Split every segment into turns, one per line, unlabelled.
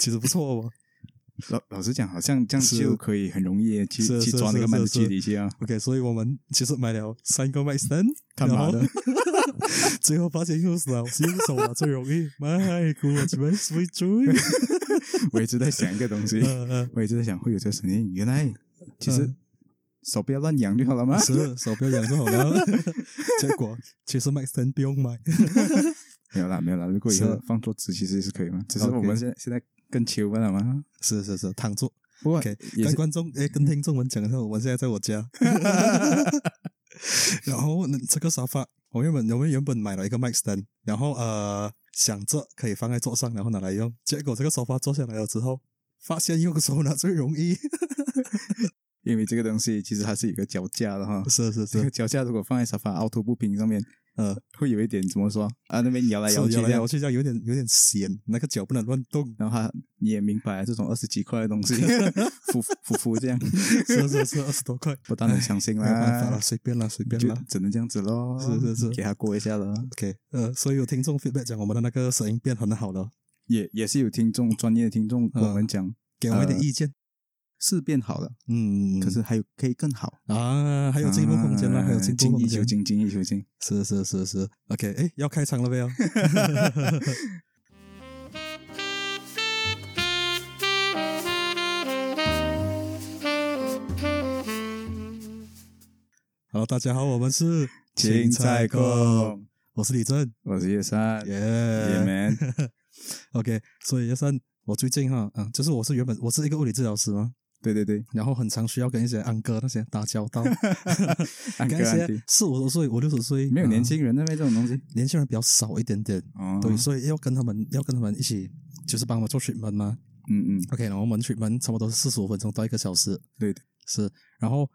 其实不错哦。
老老实讲，好像这样
是
就可以很容易去
是
去
是
抓那
是
个慢的
是
距离去啊。
OK，所以我们其实买了三个麦森，
干嘛
然
的
后？最后发现用手用手啊最容易，啊麦给我怎么水追？
我一直在想一个东西，
嗯嗯，
我一直在想会有这个声音。原来其实
嗯
手不要乱扬就好了嘛。
是手不要痒就好了。 结果其实麦森不用买，
没有啦，没有啦。如果以后
是
放桌子其实是可以嘛，只是
OK
我们现在现在更求稳了嘛。
是是是，躺住。
不过
OK，
也
跟
是
观众哎，跟听众们讲一下，我们现在在我 家。然后呢，这个沙发，我原本我们原本买了一个 mic stand，然后呃想着可以放在桌上，然后拿来用。结果这个沙发坐下来了之后，发现用手拿最容 易。
因为这个东西其实它是有个脚架的哈。
是是
这个
是，
脚架如果放在沙发凹凸不平上面，
呃，
会有一点怎么说啊？那边摇来摇去
是
这
来
样。
摇。去这样有点有点闲，那个脚不能乱动
然后他你也明白啊这种二十几块的 东西， 浮浮浮这样，
是是是，二十多 块，
不当然相信
没有办法了，
啦，
随便啦，随便
就
啦。
只能这样子咯。
是是是
给他过一下了。
OK，呃，所以有听众 feedback 讲我们的那个声音变很好了，
也也是有听众专业的听众跟我们讲，
给我们一
呃
点意见。
是变好了，
嗯，
可是还有可以更好，
啊，还有进步空间啦，
啊
还有进步
精益
空
求
间。
精，精益求精。
是是是是，OK，哎，要开场了没有？Hello，大家好，我们是
青菜
哥，
控，
我是李正，
我是叶三，
耶、
叶 man，
OK，所以叶三，我最近哈，嗯，就是我是原本我是一个物理治疗师嘛，
对对 对，
然后很常需要跟一些安哥那些打交道，
安
跟
哥
一
安
些
迪，
四五十岁、五六十岁
没有
嗯
年轻人那边这种东西，
年轻人比较少一点点，
哦，
对，所以要跟他们要跟他们一起，就是帮我们做 treatment 嘛。
嗯嗯，
OK，然后我们 treatment 差不多是四十五分钟到一个小时，
对的，
是。然后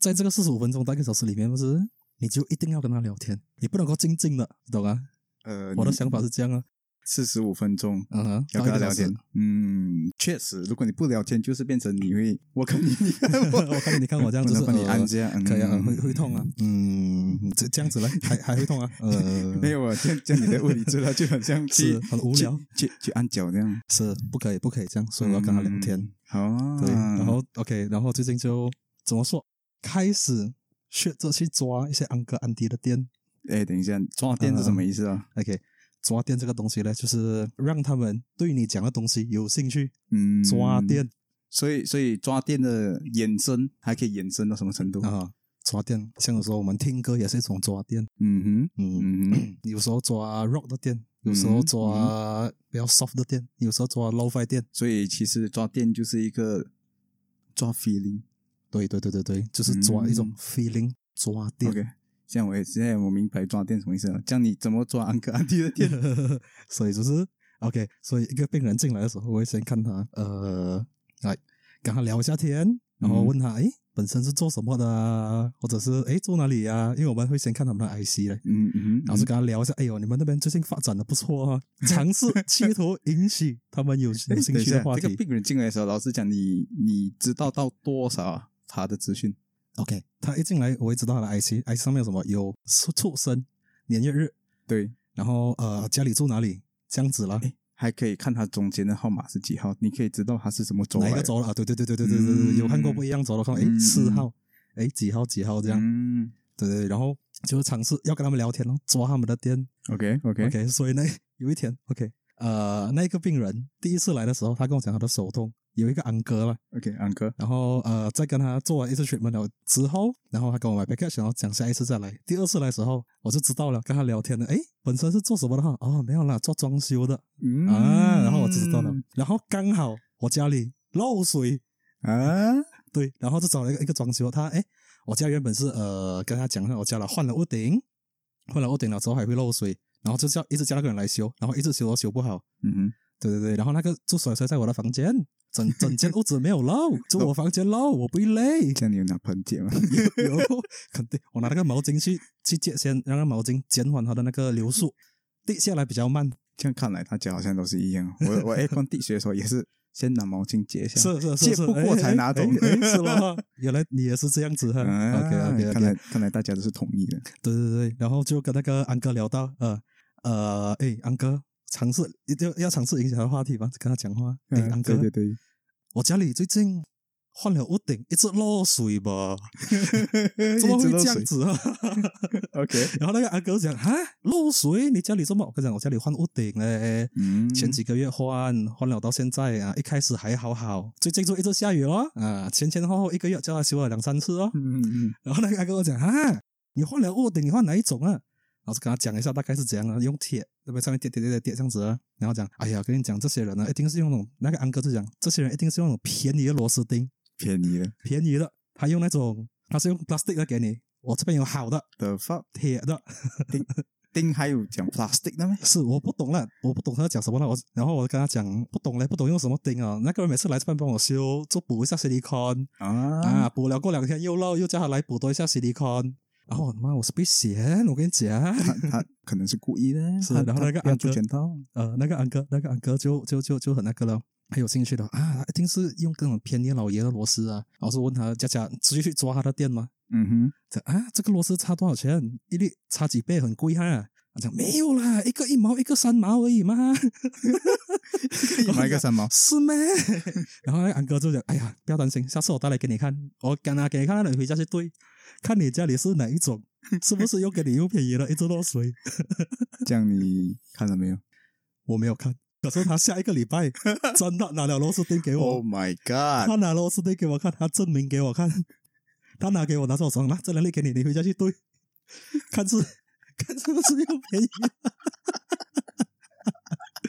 在这个四十五分钟到一个小时里面，不是你就一定要跟他聊天，你不能够静静的，你懂啊？
呃，
我的想法是这样啊，
四十五分钟，
嗯哼，
要
到
跟
一
他
个
聊
小时
天。，嗯，确实，如果你不聊天，就是变成你会，我看你， 你 看
我看你看我这样
嗯 不
就是
能把你按
呃
这样，嗯
可以啊，会会痛啊，嗯，这这样子嘞，还还会 痛啊， 呃，
没 有啊，这样这样你的物理治疗就很像
是
去
很无聊，
去去去按脚这样，
是不可以不可以这样，所以我要跟他聊天。
嗯，好啊，
对，然后 OK，然后最近就怎么说，开始学着去抓一些安哥安迪的店。
哎，等一下，抓电是什么意思啊？
OK，抓店这个东西呢，就是让他们对你讲的东西有兴趣。
嗯，
抓店
所以，所以抓电的延伸还可以延伸到什么程度？
啊，抓店，像有时候我们听歌也是一种抓店。
嗯哼，
嗯，
嗯 哼，
有时候抓 rock 的店，有时候
嗯
抓比较 soft 的店，有时候抓 low-fi 店。
所以其实抓电就是一个抓 feeling。
对对对对对，就是抓一种 feeling，抓店。
嗯 OK，现在我也现在我明白抓电什么意思了。这样你怎么抓安哥安迪的电？
所以就是 OK，所以一个病人进来的时候，我会先看他，呃，来跟他聊一下天，然后问他，
嗯
诶，本身是做什么的啊，或者是诶，住哪里啊？因为我们会先看他们的 IC 嘞。
嗯嗯，
然后就跟他聊一下，哎呦，你们那边最近发展的不错 啊，尝试企图引起他们有有
哎
兴
等一
趣
下
的话
这个
题。
病人进来的时候，老实讲你，你知道到多少啊他的资讯？
OK，他一进来我会知道他的 IC，IC 上面有什么，有出出生、年月日，
对，
然后呃家里住哪里，这样子啦。
还可以看他中间的号码是几号，你可以知道他是什么州
哪
来
一个
的。
州了啊？对对对对对对对对，
嗯
有看过不一样州的，看哎
嗯
四号，哎几号几号这样，
嗯
对对，对然后就是尝试要跟他们聊天咯，抓他们的店。
，OK OK，,
OK，所以呢，有一天 OK，呃，那个病人第一次来的时候，他跟我讲他的手痛，有一个安哥了，
OK，安哥，
然后呃，再跟他做完一次 treatment 了之后，然后他跟我买 package，然后讲下一次再来。第二次来的时候，我就知道了，跟他聊天的，哎，本身是做什么的哈？哦，没有啦，做装修的
嗯
啊，然后我就知道了，然后刚好我家里漏水。
啊，
对，然后就找了一个一个装修，他哎，我家原本是呃跟他讲，我家了换了屋顶，换了屋顶了之后还会漏水，然后就叫一直叫那个人来修，然后一直修都修不好，
嗯哼，
对对对，然后那个住水车在我的房间，整整间屋子没有漏，住我房间漏，我不会累，
这样你有拿盆姐吗？
有肯定，我拿那个毛巾去去接先，让那个毛巾减缓它的那个流速，滴下来比较慢，
这样看来大家好像都是一样。我我 A 光地学的时候也是先拿毛巾接一下，
是是是
借
是，
不过才拿走
哎哎哎哎是咯， 原来你也是这样子哈
啊
，OK OK
看
OK
来。看来大家都是同意的。
对对对，然后就跟那个安哥聊到，呃呃，哎，安哥，尝试一定要要尝试影响他的话题吧，跟他讲话。哎、
嗯
安哥
对，对对，
我家里最近换了屋顶，一直漏水 吧，怎么会这样子啊？
o k
然后那个安哥讲啊，漏水，你家里这么？我跟你讲，我家里换屋顶嘞。
嗯，
前几个月换，换了到现在啊，一开始还好好，最近就一直下雨咯啊，前前后后一个月叫他修了两三次哦。
嗯嗯
然后那个阿哥跟我讲啊，你换了卧底，你换哪一种啊？然后就跟他讲一下大概是怎样啊，用铁对不对？上面叠叠叠叠叠这样子啊。然后讲，哎呀，跟你讲，这些人呢，一定是用那种那个安哥就讲，这些人一定是用那种便宜的螺丝钉，
便宜了
便宜的，他用那种，他是用 plastic 的给你，我这边有好的
，the fuck，
铁的，
钉还有讲 plastic 的咩？
是我不懂了，我不懂他在讲什么了。我然后我就跟他讲，不懂嘞，不懂用什么钉啊？那个人每次来这边帮我修，就补一下 silicon，
啊，
啊，补了过两天又漏，又叫他来补多一下 silicon。然后我妈，我是被嫌，我跟你讲，
他他可能是故意的，
是
他
然后
他
那个
不要
安
做
哥
全套，
呃，那个安哥，那个安哥就就就就很那个了，很有兴趣的啊，一定是用各种便宜老爷的螺丝啊。然后就问他佳佳，直接去抓他的店吗？
嗯哼，
这啊，这个螺丝差多少钱？一粒差几倍，很贵哈、他讲没有啦，一个一毛，一个三毛而已嘛。
买一个三毛，
是咩？ 然后那个安哥就讲：“哎呀，不要担心，下次我带来给你看，我敢拿给你看，让你回家去对，看你家里是哪一种，是不是又给你又便宜了一直落水。
这样你看了 没有”
我没有看，可是他下一个礼拜真的拿了螺丝钉给我，
Oh my
他
god！
拿螺丝钉给我看，他证明给我看， 他拿给我拿在我手上，拿这两粒给你，你回家去对， 看是 看是不是又便宜了。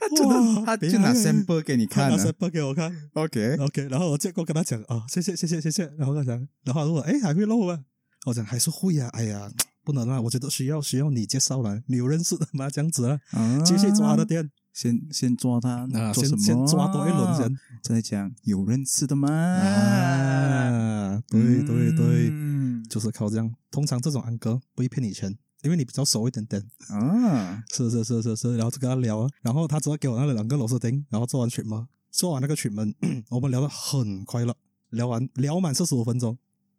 他真的，
哇
他就拿
别
sample 给你看啊
他拿
了
sample 给我看。
，OK，
OK，然后我结果跟他讲啊、谢谢谢谢谢谢，然后他讲，然后他问，哎，还会漏吗？我讲还是会呀、哎呀，不能啊，我觉得需要需要你介绍了，你有认识的吗？这样子啊，
啊
继续抓他的，店
先先抓他，
啊，
做
先
什
先
么？
抓多一轮先，
再讲有认识的吗？
啊， 对对对，
嗯
就是靠这样。通常这种安哥不会骗你钱，因为你比较熟一点点。
啊，
是是是是是，然后就跟他聊啊，然后他只要给我那两个螺丝钉，然后做完曲嘛，做完那个曲门，
嗯
我们聊得很快乐，聊完聊满四十五分钟，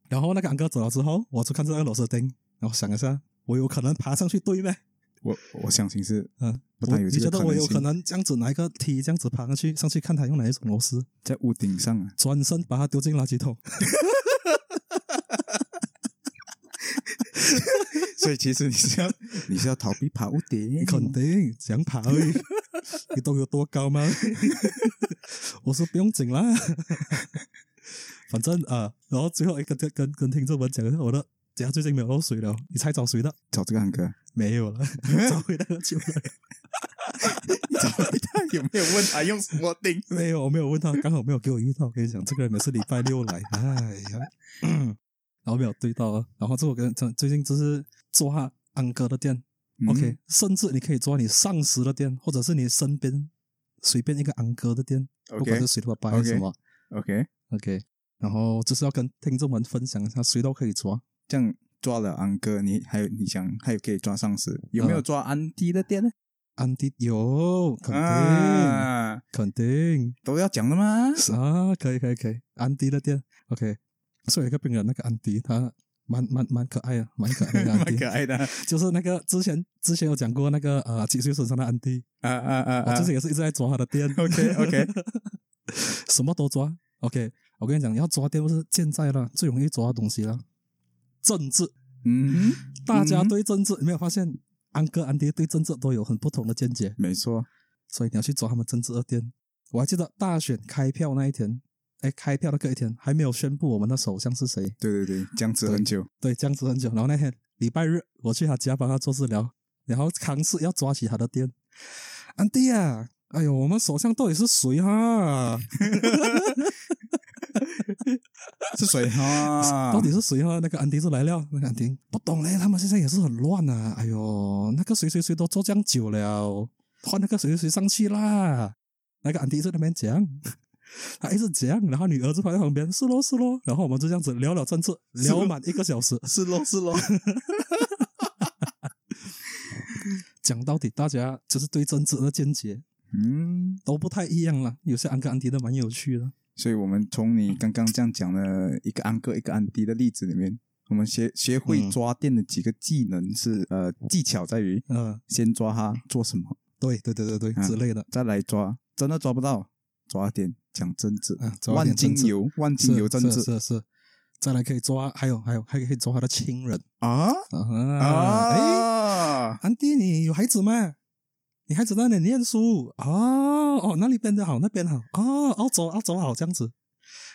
然后那个安哥走了之后，我就看着那个螺丝钉，然后想一下，我有可能爬上去对面，
我我相信是
嗯，
不
我
太有
你
这
觉
个
得
可
我
能
有可
性，
能这样子拿一个梯这样子爬上去，上去看他用哪一种螺丝，
在屋顶上啊，
转身把它丢进垃圾桶，
所以其实你是要 你是要逃避爬屋顶，
肯定想爬而已，你懂有多高吗？我说不用紧啦，反正啊、呃然后最后一个跟跟跟听众们讲一下，我的家最近没有漏水了，你猜找谁的？
找这个安哥，
没有了，找回那个球了。
找他有没有问他用什么钉？
没有，我没有问他，刚好没有给我遇到。我跟你讲，这个人每次礼拜六来，哎呀，然后没有对到啊。然后这我跟这最近就是做他安哥的店、o k 甚至你可以做你上司的店，或者是你身边随便一个安哥的店。不管
OK
是谁的爸爸还是什么
OK，
，OK。然后就是要跟听众们分享一下，谁都可以抓。
这样抓了安哥，你还有你想还有可以抓上司，有没有抓安迪的店呢？
安迪有，嗯肯定、
啊，
肯定
都要讲的吗？
是啊，可以可以可以，安迪的店，OK。所以有一个病人，那个安迪他蛮蛮蛮可爱 的，蛮可爱的安
蛮
迪
可，爱的啊
就是那个之前之前有讲过那个呃脊髓损伤的安迪，
啊啊
我
啊！
之前哦也是一直在抓他的店
OK，OK
什么都抓，OK。我跟你讲，你要抓店不是现在了，最容易抓的东西了，政治。
嗯，
大家对政治、你没有发现，安哥、安迪对政治都有很不同的见解，
没错，
所以你要去抓他们政治二店。我还记得大选开票那一天，哎，开票的隔一天还没有宣布我们的首相是谁，
对对对，僵持很久，
对，僵持很久。然后那天礼拜日，我去他家帮他做治疗，然后尝试要抓起他的店，安迪啊，哎呦，我们首相到底是谁啊哈？
是 谁哈？
到底是谁啊？那个安迪是来了，那个安迪不懂嘞，他们现在也是很乱啊。哎呦，那个谁谁谁都做这样久了，换那个谁谁谁上去啦。那个安迪在那边讲， 他一直讲，然后女儿就跑在旁边，是咯是咯。然后我们就这样子聊了政治，
是咯
聊满一个小时。
是咯是咯，
讲到底，大家就是对政治的见解
嗯，
都不太一样了。有些安哥安迪的蛮有趣的，
所以我们从你刚刚这样讲的一个安哥一个安迪的例子里面，我们学学会
嗯
抓电的几个技能是呃技巧在于
嗯、
先抓他做什么，
对对对对对、
啊
之类的
再来抓，真的抓不到，抓点讲政治，
啊，抓一
万
点
金
政治
油，万
是
金油政
是是
治
是，再来可以抓，还有还有还可以抓他的亲人
啊
啊哈哎，
啊！
安迪，你有孩子吗？你孩子在那里念书哦哦，那里变得好，那边好哦，澳洲澳洲好这样子，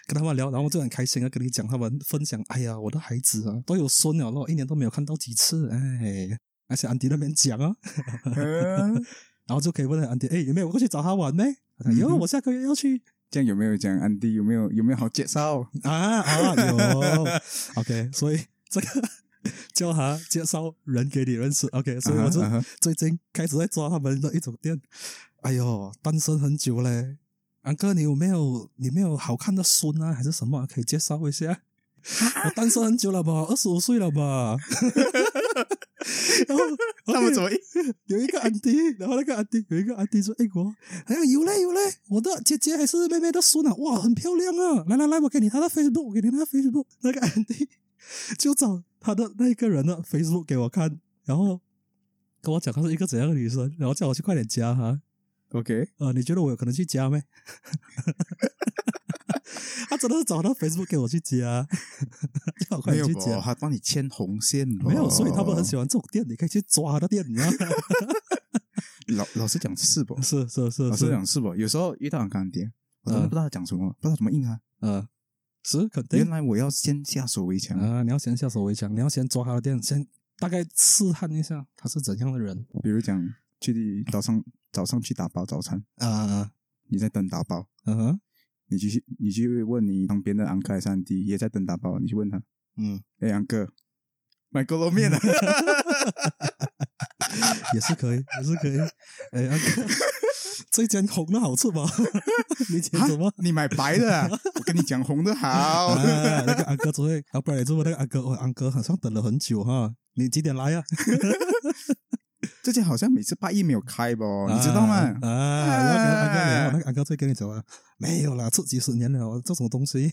跟他们聊，然后我就很开心啊，跟你讲他们分享，哎呀，我的孩子啊都有孙了咯，一年都没有看到几次，哎，而且安迪那边讲啊，
嗯
然后就可以问安迪，哎，有没有过去找他玩呢？他讲
嗯哼
有，我下个月要去
这样有没有讲安迪有没有有没有好介绍？
啊啊有 ，OK，所以这个 叫他介绍人给你认识，OK，所以我就
啊哈啊哈
最近开始在抓他们的一种店。哎呦，单身很久嘞，安哥，你有没有你没有好看的孙啊，还是什么啊可以介绍一下？我单身很久了吧，二十五岁了吧。 然后
他们怎么一
有一个安迪，然后那个安迪有一个安迪说：“哎，我哎呀，有嘞有嘞，我的姐姐还是妹妹的孙啊，哇，很漂亮啊！来来来，我给你她的 Facebook，我给你她的 Facebook。”那个安迪 就找他的那个人的 Facebook 给我看，然后跟我讲她是一个怎样的女生，然后叫我去快点加她。
OK？
呃，你觉得我有可能去加 没？他真的是找到 Facebook 给我去加， 叫我快
没
点
有
去
吧？哦
加。
还帮你牵红线吧，
没有，所以他们很喜欢这种店，你可以去抓他的店，你知道吗？
老老师讲是不？
是是是
老师
是，
讲是不？有时候遇到很干爹，我真的
嗯
不知道他讲什么，不知道怎么应啊。
呃，是肯定
原来我要先下手为强，
啊，你要先下手为强，你要先抓他的店，先大概试探一下他是怎样的人
比如讲去早上早上去打包早餐，
啊，
你在等打包，
嗯哼，
你去你去问你旁边的昂克还是安迪也在等打包，你去问他，
嗯，
哎，昂哥，买锅烙面啊了，
也是可以，也是可以。哎， 阿哥，这间红的好处吧？ 你讲什么？
你买白的啊，我跟你讲红的好
啊，，那个安哥昨天，啊，不然也就问那个安哥，哦，安哥好像等了很久哈，你几点来啊呀、
这家好像每次八一没有开吧，
啊？
哦你知道吗？哎
啊，我要跟安哥聊，那个安哥最跟你讲啊，没有啦，这几十年了，这种东西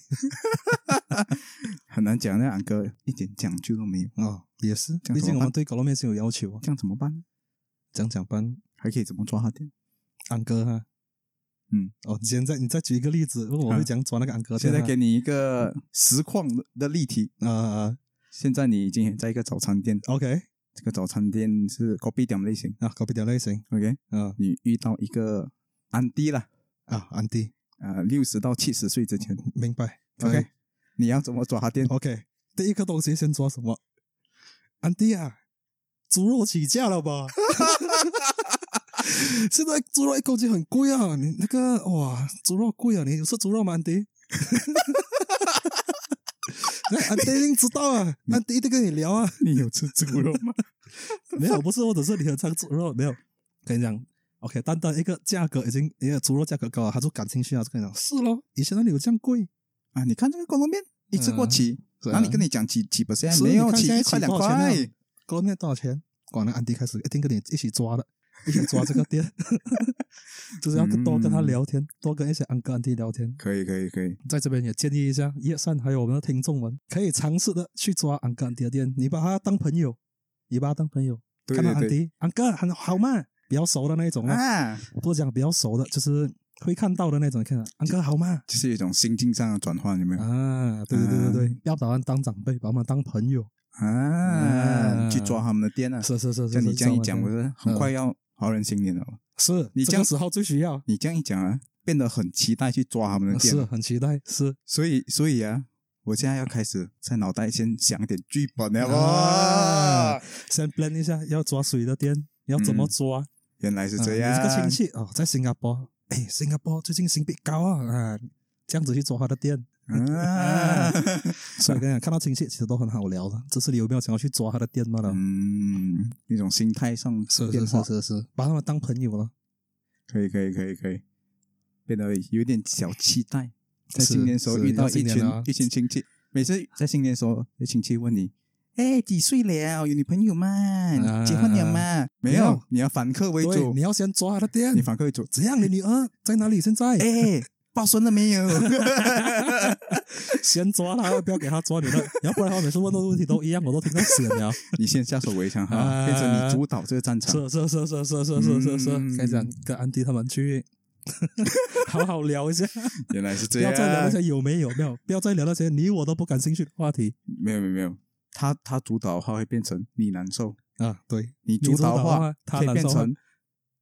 很难讲，那昂哥一点讲究都没有，
哦，也是，
这样怎么办
毕竟我们对搞到面是有要求啊。
这样怎么办呢？
讲讲班
还可以怎么抓他店？
安哥哈，
嗯，
哦，你先再你再举一个例子，问我
啊
会讲抓那个安哥
现
店啊。
在给你一个实况的的例题，
啊啊啊
现在你已经在一个早餐店，
，OK
这个早餐店是 copy 点类型
啊，搞不点类型
，OK？
啊
你遇到一个安迪啦，
啊，安迪，
呃，六十到七十岁之前
明白可以
，OK？你哎要怎么抓他店？
OK，第一个东西先抓什么？安迪啊，猪肉起价了 吧？现在猪肉一公斤很贵啊！你那个哇，猪肉贵啊！你有吃猪肉吗，安 迪？那安迪一定知道啊，安迪一定跟你聊啊。
你有吃猪肉吗？
没有，不是，我只是你很常猪肉没有。跟你讲，OK，单单一个价格已经，因为猪肉价格高了，他就感兴趣啊，就跟你讲，是咯，以前那里有这样贵，
啊，你看这个锅烙面一次过期，
哦是啊
然后你跟你讲几几 percent
是
没有
你看
起
现在
一块
起
两
多少钱啊
块，
锅面多少钱？果然安迪开始一定跟你一起抓的， 一起抓这个店， 就是要多跟他聊
嗯
天，多跟一些安哥安迪聊天。
可以可以可以，
在这边也建议一下叶善还有我们的听众们，可以尝试的去抓安哥安迪的店，你把他当朋友，你把他当朋友，
对
看到
对
安
对
迪，安哥很好嘛，比较熟的那一种啊，
啊，
不讲比较熟的，就是会看到的那种，看到安哥好嘛。
这是一种心境上的转换，有没有？
啊，对对对对对，
嗯
不要把他们当长辈，把他们当朋友。
啊，
啊
你去抓他们的店啊！
嗯是是是是，
像你
是
这样一讲，我
是
觉得很快要华人新年了哦。
是
你
这
这
个
样
时候最需要。
你这样一讲啊，变得很期待去抓他们的店
是
了。
很期待，是
所以，所以啊，我现在要开始在脑袋先想点剧本了
啊
哦。
先 plan 一下要抓谁的店，要怎么抓？
原嗯来是
啊
这
你这个亲
样，
戚哦，在新加坡，哎，新加坡最近新币高啊，啊，这样子去抓他的 店。
啊，
所以跟你讲，看到亲戚其实都很好聊的，只是你有没有想要去抓他的店罢了。
嗯，一种心态上
是
变
是
化
是，是是，把他们当朋友了。
可以，可以，可以，可以，变得有点小期待，在
是
新年的时候
是
遇到
要
一
新
群
年了啊
一群亲戚，每次在新年的时候，有亲戚问你。哎，几岁了？有女朋友吗？
啊
结婚了吗？
没
没有
有，
你要反客为
对，
主
你，要先抓他的店
你。反客为主。
怎样？你女儿在哪里？现在？
哎，抱孙了没有？
先抓他，不要给他抓你了，要不然的话每次问的问题都一样，我都听到死了。
你先下手为强哈，
啊
变成你主导这个战场。
是是是是是是是是
嗯
是，该讲跟安迪他们 去好好聊一下，
原来是
不
这
要
样，
再聊那些有没有没有，不要再聊那些你我都不感兴趣的话题
没有没有没有，他他主导的话会变成你难受，
啊。对
你
主
导
导的
话
话他
可以
难
变
受吗
成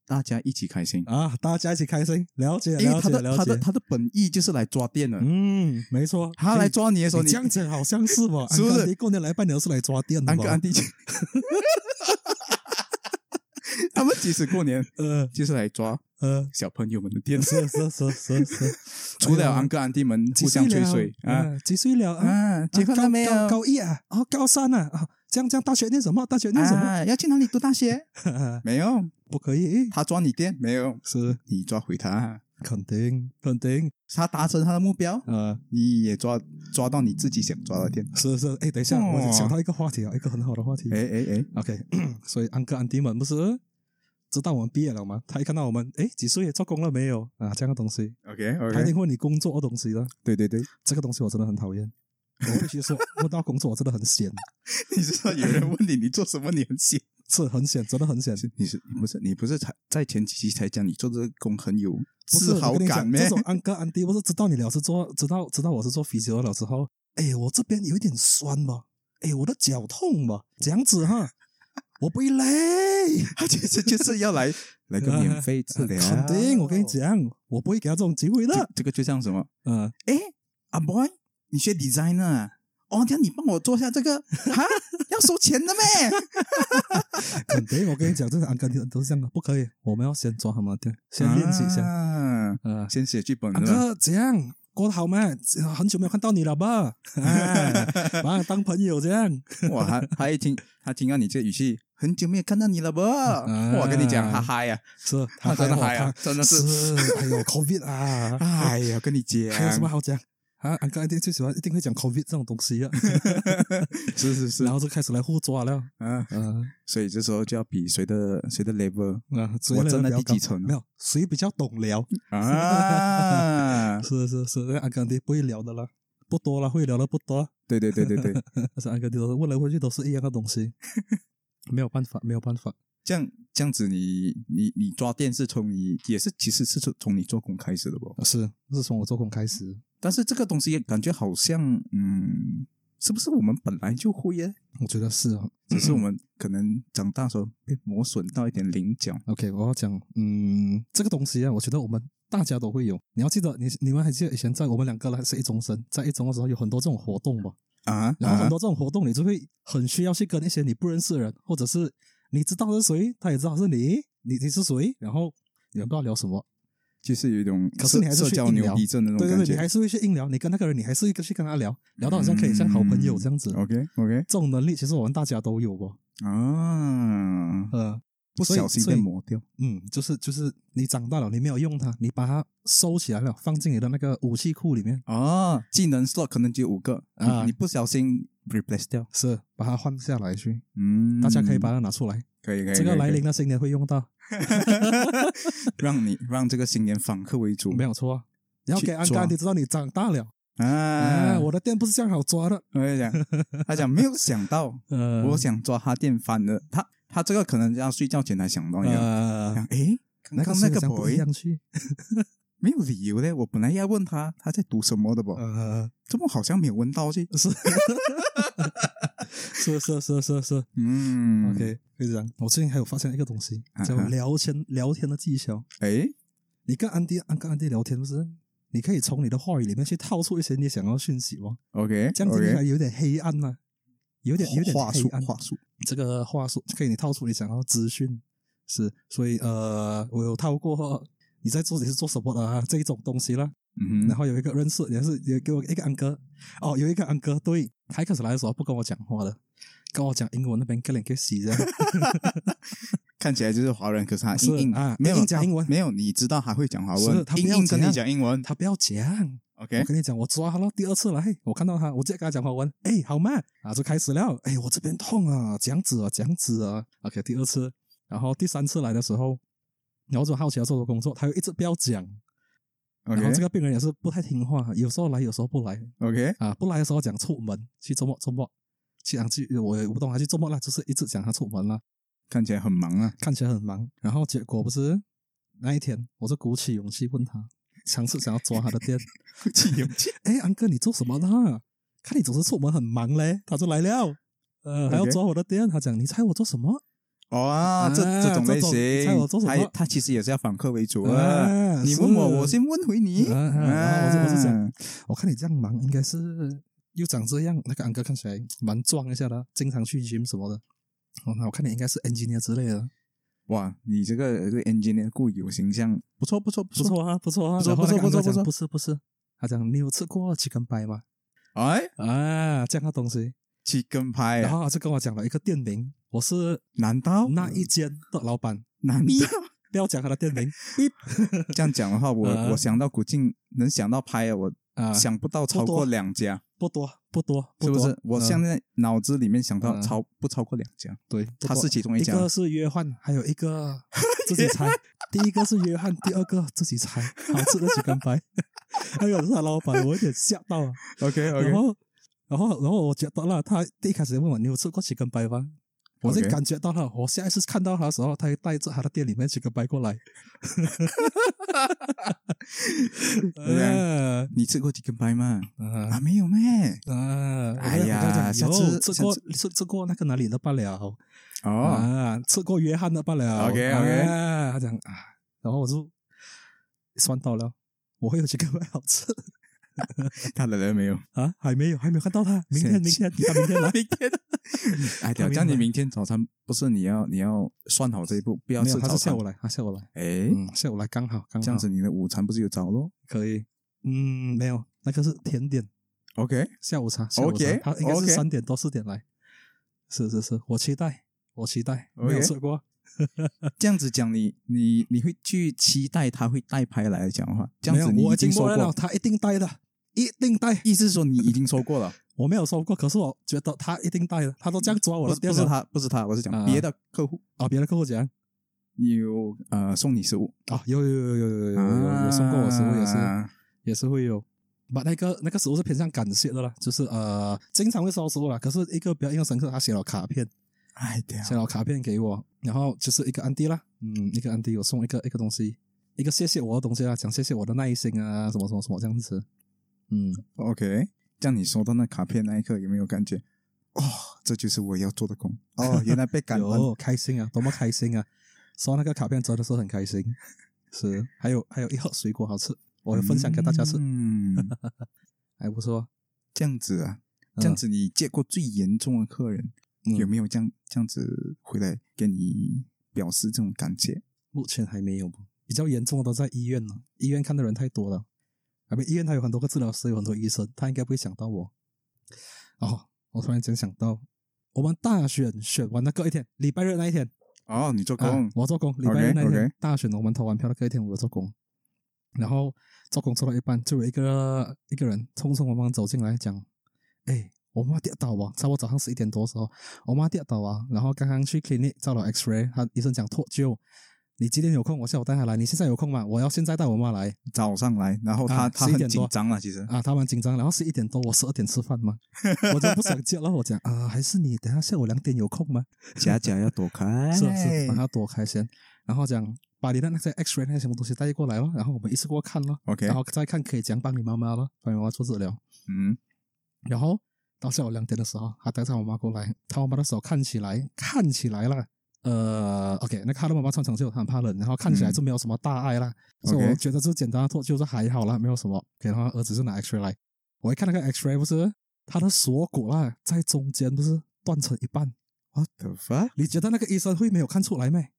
大家一起开心，
啊，大家一起开心，了解
因
了
为他
解
的他
了
的
解。
他的本意就是来抓电的，
嗯，没错，
他来抓你的时候，
你这样讲好像是吧？
是不
安
是
哥安迪过年来拜年都是来抓电的
安哥
吧？
安迪就， 他们即使过年
呃
就是来抓
呃，
小朋友们的电，
是是是是是，
除了
哎呦
安哥安迪们
几
互
岁
相吹
了
水啊
嗯几岁了啊？
啊，结婚了没有？
高高一啊，哦，高三啊，啊，这样这样，大学念什么？大学念什么？
啊，要去哪里读大学？ 没有，
不可以，
他抓你电没有？
是
你抓回他，
肯定肯定，
他达成他的目标，
呃，
你也抓抓到你自己想抓的电。
是是，哎，等一下，
哦
我想到一个话题啊，一个很好的话题。
哎哎哎，
OK，所 以安哥安迪们不是知道我们毕业了吗？他一看到我们，哎，几岁？做工了没有？啊，这样的东西，
OK
他一
OK，
定问你工作的东西的。
对对对，
这个东西我真的很讨厌。我必须说， 问到工作我真的很闲，
你知道有人问你你做什么，你很闲。
是很闲，真的很闲。
你是你不是你不是才在前几期才讲你做这个工很有
不是
自豪
我跟你讲
感咩
这？种安哥安迪，我是知道你了是做，知道知道我是做 physio 了之后，哎，我这边有一点酸吧，哎，我的脚痛吧，这样子哈，我不会累。
他其实就是要 来来个免费治疗，啊
肯 定，我跟你，讲，我不会给他这种机会
这
的。
这个就像什么？
嗯，
哎，阿 boy，你学 designer 啊？哦，那你帮我做下这 个哈，要收钱 的咩？
肯定，我跟你讲，这是安哥安迪都是这样的，不可以，我们要先抓他们的，先练习一
啊
下。
下，
嗯、
先写剧本啊
安
是吧？
哥，怎样？过得好吗？很久没有看到你了吧？ 哎，
啊
把你当朋友这样。
哇，他他一听他听到你这语气，很久没有看到你了不？我跟你讲，他嗨呀，
是，
他真的
还
啊嗨啊
好
呀，真的
他
是，
是，哎呦，COVID 啊，
哎呀，跟你讲，
还有什么好讲？啊，安哥一定最喜欢，一定会讲 COVID 这种东西啊，
是是是
然，后就开始来互抓了。
嗯，
嗯、
所以这时候就要比谁的谁的 level
啊，
我
真
站在
的
第几层
没有，谁比较懂聊？！
啊
是是是，安哥弟不会聊的啦，不多了，会聊的不多。
对对对对 对，
但是安哥弟都是问来问去都是一样的东 西，没有办法，没有办法。
这样这样子你，你你抓电是从你也是其实是从从你做工开始的吧？
是，是从我做工开始，
但是这个东西也感觉好像嗯，是不是我们本来就会耶？
我觉得是啊。
只是我们可能长大时候被磨损到一点棱角。
OK，我要讲，嗯，这个东西啊，我觉得我们大家都会有。你要记得，你你们还记得以前在我们两个呢是一中生，在一中的时候有很多这种活动吧？
啊，
然后很
啊
多这种活动，你就会很需要去跟一些你不认识的人，或者是你知道是谁，他也知道是
嗯
你，你你是谁，然后你们不知道聊什么，
就是有一种
可是
社
你还是
社
去
交
硬
牛
聊
逼症的那种
对对对，
感觉。
你还是会去硬聊，你跟那个人，你还是会去跟他聊，聊到好像可以像好朋友这样子。
嗯 OK OK
这种能力其实我们大家都有吧？
啊，
呃，
不
所以
小心
所
被
以
磨掉。
嗯，就是就是你长大了，你没有用它，你把它收起来了，放进你的那个武器库里面，
啊，技能 slot 可能只有五个
啊
你你不小心 replace 掉，
是把它换下来去，
嗯，
大家可以把它拿出来。
可以可以
这
可
个
以
来
可以
临的新年会用到，
让你让这个新年访客为主，
没有错啊。然后
去
给安
抓
哥，你知道你长大了，
啊
啊，！我的店不是这样好抓的。
我跟你讲，他讲没有想 到，
呃
我想抓他电翻了，他他这个可能要睡觉前才想到一样，
呃，
哎，刚
那个
刚那
那
个
个
boy
不一样去，
没有理由嘞，我本来要问他他在读什么的不，
呃，
怎么好像没有问到这，
是 是是是是是
嗯
，OK，可以这样。我最近还有发现一个东西
啊，
叫
哈
聊天聊天的技巧。
哎，
你跟安迪、安跟安迪聊天，不是？你可以从你的话语里面去套出一些你想要的讯息哦，
OK，
这样子
OK
听起来有点黑暗呐、有点有点
话
黑
术
暗。
话术，
这个话术可以你套出你想要的资讯，是，所以呃，我有套过你在做你是做什么的啊这一种东西啦。
嗯
然
哼，
后有一个认识，也是有给我一个安哥，哦，有一个安哥，对，他一开始来的时候不跟我讲话的，跟我讲英文那边跟脸给洗 这样，
看起来就是华人，可是他
是
硬硬
啊
没有
硬硬讲
他
英文
没有，你知道他会讲华
是
文，
他不
硬
要
硬跟你
讲
讲英文
他不要讲，
，OK
我跟你讲，我抓他了，第二次来，我看到他，我直接跟他讲华文，哎，好嘛，啊，就开始了，哎，我这边痛啊，这样子啊，这样子啊，OK，第二次，然后第三次来的时候，然后就好奇要做的工作，他又一直不要讲，哦然后这
OK
个病人也是不太听话，有时候来，有时候不来
OK
啊。不来的时候讲出门去周末周末去啊去，我也不懂他去周末啦，就是一直讲他出门啦，
看起来很忙 啊，
看起来很忙。然后结果不是那一天，我就鼓起勇气问他，尝试想要抓他的电，
鼓起勇气，
哎，安哥你做什么呢？看你总是出门很忙嘞，他就来了。呃，还要
OK
抓我的电，他讲你猜我做什么？
哦啊，这
啊
这种
这
类
种你猜我做
型，
什么
他也他其实也是要反客为主啊。
啊
你
是
问我，我先问回你。
啊啊然后我是我是
啊
讲，我看你这样忙，应该是又长这样。那个安哥看起来蛮壮一下的，经常去 gym 什么的。哦，那我看你应该是 engineer 之类的，
哇，你这个对 engineer 固有形象不错不错不
不错啊，不错啊，
不错
然后那个
不错
安哥
不错
讲
不
不是不是，他讲你有吃过 chicken pie 吗？
哎，
啊，这样的东西，
去跟拍
然
啊，
后他就跟我讲了一个店名，我是
难道
那一间的老板，
难
逼
道
不要讲他的店名
这样讲的话，我、
啊
我想到古晋能想到拍啊，我
啊，
想不到超
不
过
多
两家，
不多不多，
是不
多
是？我
嗯
现在脑子里面想到
啊
超、不超过两家，
对，不
它
多
是其中
一
家。
个是约翰，还有一个自己 猜。第一个是约翰，第二个自己猜。好吃的几根 白，还有是他老板，我有点吓到啊。
OK
然后，然后，然后我觉得啦，他第一开始问我你有吃过几根白吗？我就
OK
感觉到了，我下一次看到他的时候，他会带着他的店里面几根白过 来。 啊
你吃过几根白吗？啊，
啊
没有咩。
啊！
哎呀
我跟他讲
下
有
次
吃
下
过
次
吃吃过那个哪里的罢了。
哦，
啊，吃过约翰的罢了。
OK，OK
啊他讲啊，然后我就算到了，我会有几个外好吃
他来了没有？
啊，还没有，还没有看到他，明天，
神
明
奇，
天，他明天来
明天，
他
哎，屌，
明
叫你
天
明天早餐不是你要你要算好这一步，不 要
没有，
吃
他
早
是下
餐。
午来，他下午来，
哎，
嗯，下午来刚好，刚好
这样子你的午餐不是有着咯
可以，嗯，没有，那个是甜点，
？OK，
下午茶，下午茶
OK，，
他应该是
OK
三点多四点来，是是是，我期待，我期待，
OK
没有吃过，
这样子讲你你你会去期待他会带拍来讲的话，这样子
没
你
有我
已
已经
经说
默认了，
过，
他一定带的，一定带，
意思是说你已经说过了，
我没有说过，可是我觉得他一定带的，他都这样抓 我
不
的
是
电
不
了，
是他不是他，我是
啊
讲别的客户
啊，别的客户讲
有呃送你食物，
啊，有有有有有有有有有送过我食物也是
啊
也是会有，把那个那个食物是偏向感谢的啦，就是呃经常会烧食物啦，可是一个比较印象深刻，他写了卡片，
哎对
写了卡片给我，然后就是一个安迪啦，嗯，一个安迪有送一个一个东西，一个谢谢我的东西啦，讲谢谢我的耐心啊，什么什么什么这样子，嗯，
，OK，这样你收到那卡片那一刻有没有感觉？哦，这就是我要做的工哦，原来 被感恩
有开心啊，多么开心啊！收到那个卡片真的是很开心， 是，还有还有一盒水果好吃，我有分享给大家吃，
嗯，
还不错。
这样 子啊，这样子你见过最严重的客人
嗯
有没有这样这样子回来给你表示这种感谢？
目前还没有，比较严重的都在医院了，医院看的人太多了。啊不，医院他有很多个治疗师，有很多医生，他应该不会想到我。哦，我突然间想到，我们大选选完的隔一天，礼拜日那一天，
哦，你做
啊
工，
我做工，礼拜日那一天
OK，OK
大选我们投完票的隔一天，我有做工。然后做工做到一半，就有一个一个人匆匆忙忙走进来讲：“哎，我妈跌倒啊！差不多早上十一点多的时候，我妈跌倒啊，然后刚刚去 clinic 照了 X-ray，他医生讲脱臼。你几点有空？我下午带她来。你现在有空吗？我要现在带我妈来
早上来，然后他、
啊
他
11
很
点多
紧张了，其 实
啊！他蛮紧张。然后十一点多，我十二点吃饭嘛，我就不想接了。我讲啊、还是你等一下下午两点有空吗？
假假要躲开
是啊是，把它躲开先，然后讲把你的那些 X-ray 那些什么东西带过来了，然后我们一次过看了，
OK，
然后再看可以怎样帮你妈妈了，帮你妈妈做治疗。
嗯，
然后到下午两点的时候，他带上我妈过来，他妈妈的手看起来看起来啦，呃，OK，那个他的妈妈穿长袖，她很怕冷，然后看起来
嗯
就没有什么大碍啦，
OK
所以我觉得这简单的脱就是还好啦，没有什么。给他儿子是拿 X-ray 来，我一看那个 X-ray 不是他的锁骨啦，在中间不是断成一半。
What the fuck？
你觉得那个医生会没有看出来没？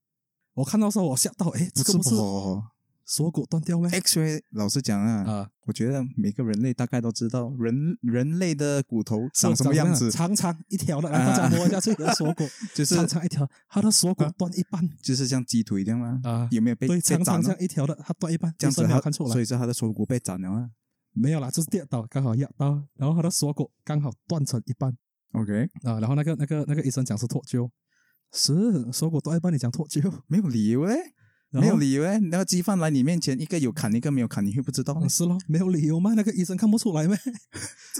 我看到时候我吓到，哎，这个不是
我
锁骨断掉咩？
X-ray 老实讲
啊、
啊，我觉得每个人类大概都知道人人类的骨头
是
长什么样子，
长长一条的，来
啊
大家摸一下自己的锁骨，
就是
长长一条，它的锁骨
啊
断一半
就是像鸡腿这样吗？
啊，
有没有被
对，
被
长长
斩
这
了？
样一条的，它断一半，
这样
医
子
生没有
他
看出
所
来，
以说他的锁骨被斩了啊。
没有啦，就是跌倒刚好压到，然后它的锁骨刚好断成一半
OK，
啊，然后那个那个那个医生讲是脱臼，是锁骨断一半，你讲脱臼，
没有理由嘞。
然
没有
后
理由哎，那个鸡贩来你面前，一个有砍，一个没有砍，你会不知道吗
嗯？是咯，没有理由吗？那个医生看不出来咩？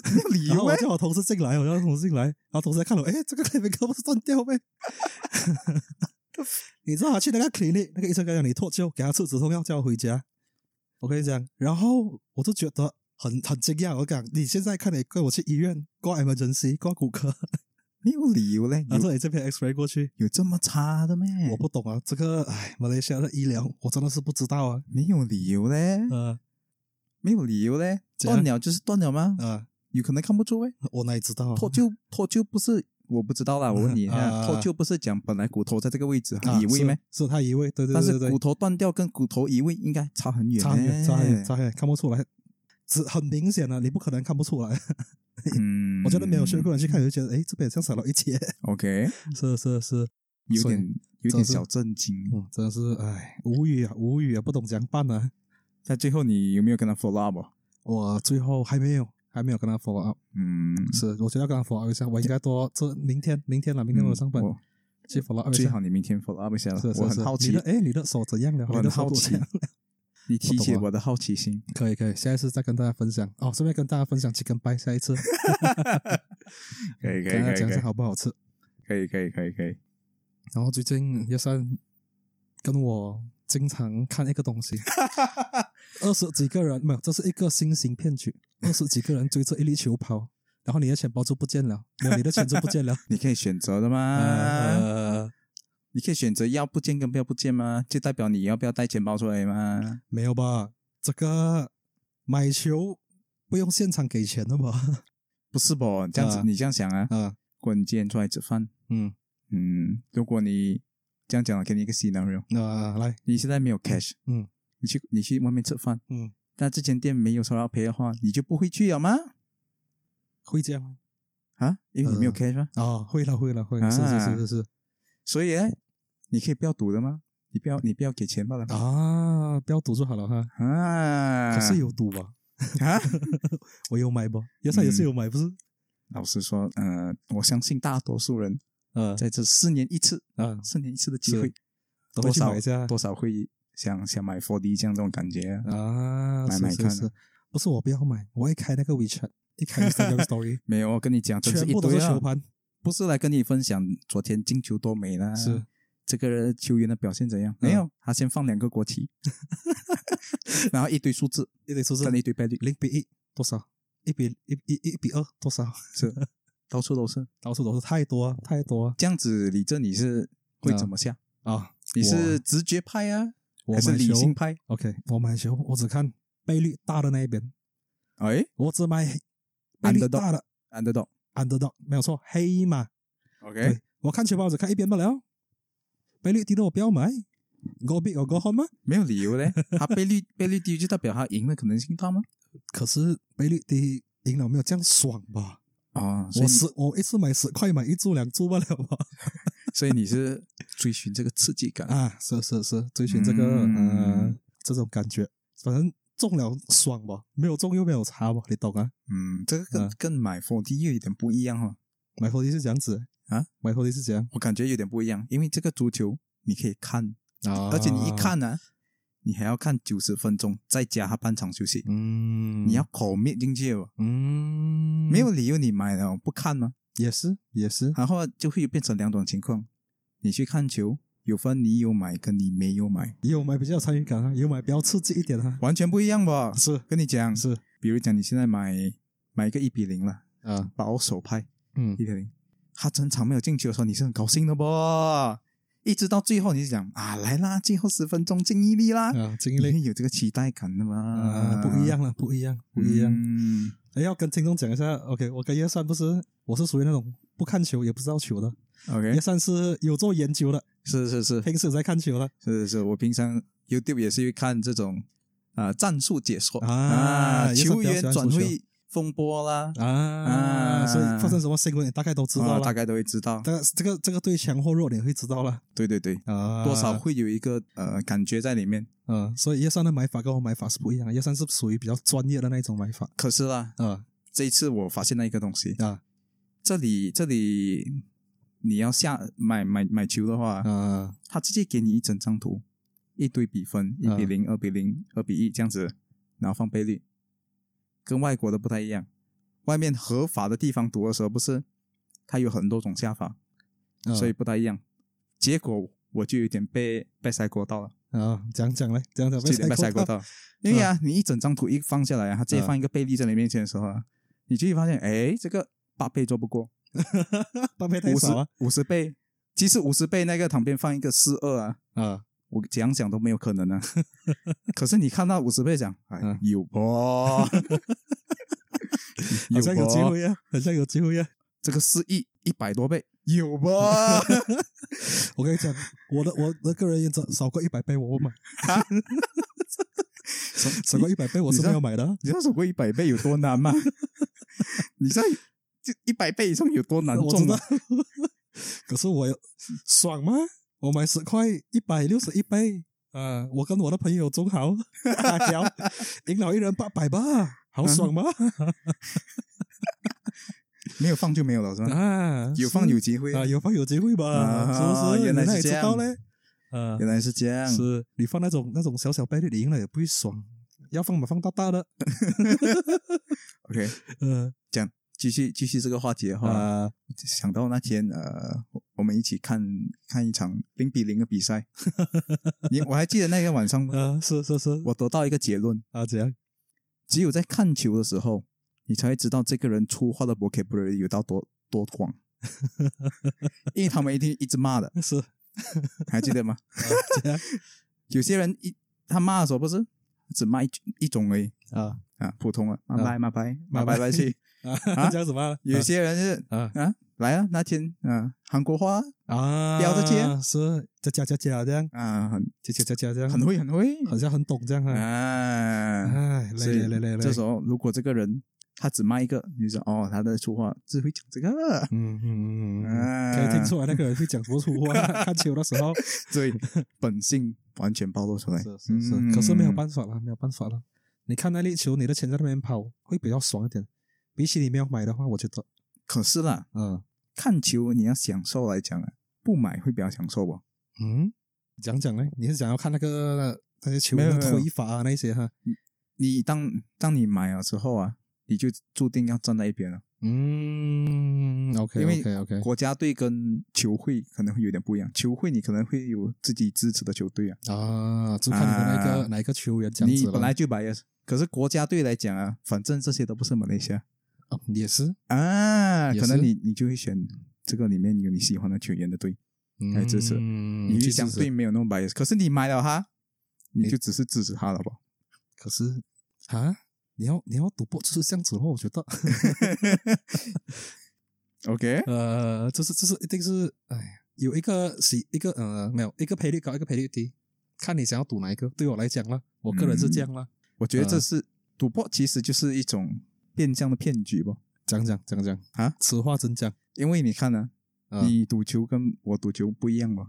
没有理
然
由
后我
哎，
叫我同事进来，我叫同事进来，然后同事看了，哎，这个 c l i 不是断掉呗？ 你知道他去那个 clinic，那个医生跟他讲你脱臼，给他吃止痛药，叫他回家。我跟你讲，然后我就觉得很很惊讶，我讲你现在看你跟我去医院挂 emergency 挂骨科，
没有理由嘞，
然
有
后你这边 X-ray 过去，
有这么差的咩？
我不懂啊，这个哎，马来西亚的医疗我真的是不知道啊，
没有理由嘞，
呃
没有理由嘞，
怎样
断了就是断了吗？
呃，
有可能看不出哎，
我哪里知道啊？
脱臼脱臼不是我不知道啦，我问你 一
啊
下，脱臼不是讲本来骨头在这个位置
啊
移位咩？
是是他移位，对对
但
对
是
对对，
骨头断掉跟骨头移位应该差很远，
差很远，差很远，差很远，看不出来，只很明显啊，你不可能看不出来。
嗯，
我觉得没有学过人去看，就觉得哎，诶这边好像少了一截。
，OK，
是是是，
嗯有
所以
点有
真的
点
是
小震惊。
嗯，真的是哎，无语啊，无语啊，不懂怎样办啊。
在最后你有没有跟他 follow up？哦
我最后还没有，还没有跟他 follow up。
嗯，
是，我觉得要跟他 follow up 一下，我应该多这明天，明天了，明天我有上班
嗯我
去 follow up 一
最
下
好。你明天 follow up 一下了
是，是
我
是
很好
你
奇
的，哎，你的手怎样了？
我
你
很
的手
好
骨
奇
怎样 了
你提起
我懂啊
我的好奇心。
可以可以，下一次再跟大家分享哦。顺便跟大家分享鸡跟拜，下 一次跟大
可以可以可
家
以
讲一下好不好吃。
可以可以可以可以，
然后最近也算跟我经常看一个东 西，二十几个人没有，这是一个新型骗 局，二十几个人追着一粒球跑，然后你的钱包就不见 了，没有你的钱就不见了。
你可以选择的吗？
呃，
你可以选择要不见跟不要不见吗？就代表你要不要带钱包出来吗？
没有吧？这个买球不用现场给钱的 吧？
不是不，这样子
啊
你这样想啊，
啊，
如果你今天出来吃饭，
嗯，
嗯，如果你这样讲，给你一个 scenario，
那、啊来，
你现在没有 cash，
嗯，
你去你去外面吃饭，
嗯，
但这间店没有收到赔的话，你就不会去了吗？
会这样吗
啊，因为你没有
呃
cash 吗？
哦，会了会了会了，是是是是是
所以呢，你可以不要赌的吗？你不要你不要给钱罢了吗
啊，不要赌就好了哈。
啊，
可是有赌吧？
啊，
我有买不？也
嗯
算也是有买，不是？
老实说，呃，我相信大多数人
呃
在这四年一次、
啊，
四年一次的机
是
会，
都
多
会去
少
买一下
多少会想想买 4D 这样这种感觉啊
啊，
买
是
买
是
看
是
啊，
不是我不要买，我一开那个 WeChat，一 开 Instagram Story，
没有，我跟你讲，真
全
一
部都
堆
是
啊
球！盘，
不是来跟你分享昨天进球多美啦，
是嗯
这个球员的表现怎样？没有，他先放两个 国旗， 然后一堆数字，
一堆数字
跟，一堆倍率，
零比一多少？一比一一一比二多少？
是到处都是。
到处都是，太多啊太多
这样子，李正你是会怎么下？
啊！
你是直觉派啊，
我
还是
买
理
球
性派？
OK，我买球我只看倍率大的那一边，
哎
我只买倍率
Underdog
大的
，underdog，OK，
underdog，没有错，黑马。
哎
对，我看球包只看一边不了，倍率低的我不要买。我比我高好吗？
没有理由嘞。他倍 率倍率低，就代表他赢的可能性大吗？
可是倍率低赢了没有这样爽吧？
啊，所
我
以你
十我一次买十块，买一注两注不了吧？
所以你是追寻这个刺激 感。
啊，是是是，追寻这个、呃
嗯
这种感觉，反正中了爽吧，没有中又没有差吧，你懂啊？
嗯，这个跟、
啊
跟买4 D 又有点不一样哦。
买 4D 是这样子
啊，
买 4D 是这样，
我感觉有点不一样，因为这个足球你可以看，
啊
而且你一，看呢、你还要看九十分钟，再加他半场休息，
嗯，
你要口灭进去哦。
嗯，
没有理由你买了不看吗？
也是也是
然后就会变成两种情况：你去看球有分你有买跟你没有买，
也有买比较有参与感啊，也有买比较刺激一点啊，
完全不一样吧？
是
跟你讲，
是
比如讲你现在买买一个一比零了，
啊，
保守派
嗯
一比零，他整场没有进球的时候，你是很高兴的不？一直到最后，你就讲啊，来啦，最后十分钟进一粒啦，
啊，经
因
历
为 有这个期待感的嘛，
啊，不一，样了，不一样，不一样。
嗯
哎，要跟听众讲一下，OK，我跟叶善不是，我是属于那种不看球也不知道球的，
，OK，
叶善是有做研究的，
是是是
平时有在看球的
是是是，我平常 YouTube 也是会看这种啊、战术解说
啊也是
球
比较喜
员
欢
转
足球
会风波啦，
啊，
啊
所以发生什么新闻你大概都知道
啊
了，
大概都会知道。
大概这个这个对强或弱你会知道了
对对对，
啊，
多少会有一个呃感觉在里面。
嗯，所以叶善的买法跟我买法是不一样的，叶善是属于比较专业的那一种买法
可是啦，
啊
这一次我发现了一个东西，
啊
这里这里你要下买买买球的话，
啊
他直接给你一整张图，一堆比分，一比零、二比零、二比一这样子，然后放倍率，跟外国的不太一样。外面合法的地方赌的时候，不是它有很多种下法，
啊
所以不太一样。结果我就有点被被塞过到了，
啊，讲讲嘞，讲讲
就有哦点被塞过
到
到，因为啊，你一整张图一放下来啊，它直接放一个倍率在你面前的时候啊，你就会发现，哎，这个八倍做不过，
八倍太
五十
少啊
五十倍，其实五十倍那个旁边放一个四二啊，
啊，
我怎样讲都没有可能啊。 可是你看到五十倍讲，哎
嗯，
有哦，
好像有
啵
机，会啊，好像有机会啊。
这个四亿一百多倍，有不？
我跟你讲，我的我的个人原则，少过一百倍我不买，少过一百倍我是没有买的啊。
你知道手过一百倍有多难吗？ 你知道就一百倍以上有多难
我
中
知
吗
道？， 可是我有爽吗？我买十块，一百六十一倍啊！我跟我的朋友中豪 大条，赢了一人八百吧，好爽吗？
没有放就没有了 是吗？
啊，
有放有机会
是啊，有放有机会吧？
啊
是不是？
原来
你
是
哪里
这
知
样
道嘞？啊，
原来是这样，
是你放那种那种小小倍率，你赢了也不会爽，要放嘛放大大的，
OK。
嗯
继续继续这个话题的话，
啊
想到那天呃，我我们一起看看一场零比零的比赛， 你我还记得那天晚上，
啊，是是是，
我得到一个结论：
啊怎样？
只有在看球的时候，你才会知道这个人粗话的 vocabulary 有到多多广， 因为他们一定一直骂的，
是啊
还啊记得吗？
怎样
有些人一他骂的时候不是只骂一一种而已
啊
啊，普通了，骂
啊
拜骂拜骂
骂
拜拜
拜
去。 啊
啊？讲什么啊？
有些人是
啊。
啊，来啊，那天啊，韩国话
啊，
标着接
是加加加加这样，
啊，很
加加加加这样，
很会很会，
好像很懂这样啊。
啊，
哎，
所以
累累累累累，
这时候如果这个人他只骂一个，你就说哦，他的粗话只会讲这个，
嗯嗯嗯嗯，
啊
可以听出来那个人会讲什么粗 话。看球的时候，
对，本性完全暴露出来。
是是
嗯
是，可是没有
法，
办法了，没有办法了。你看那粒球，你的钱在那边跑，会比较爽一点。比起你没有买的话，我觉得，
可是啦，
嗯
看球你要享受来讲啊，不买会比较享受哦吧？
嗯，讲讲嘞，你是想要看那个那些球
没有
的
没有
推法啊那些哈？
你当当你买了之后啊，你就注定要站在一边了。
嗯，OK
因为
OK OK，
国家队跟球会可能会有点不一样，球会你可能会有自己支持的球队啊，
啊，就看你的那
啊
个哪一个球员这样
你
子了。
本来就 bias，可是国家队来讲啊，反正这些都不是马来西亚。
啊也是，
啊，
也
可能
是
你你就会选这个里面有你喜欢的球员的队，来哎支持
嗯，
你会
去
相
支持
对没有那么 bias。可是你买了他，你
你
就只是支持他了吧？
可是啊，你要你要赌博就是这样子咯，我 觉得，
OK，
呃，这是这是一定是，哎，有一个喜一个呃没有一个赔率高，一个赔率低，看你想要赌哪一个。对我来讲啦，我个人是这样啦。
我觉得
嗯
这是赌博，其实就是一种变相的骗局吧。
讲讲讲讲
啊，
此话怎讲？
因为你看呢、
啊
你赌球跟我赌球不一样吧？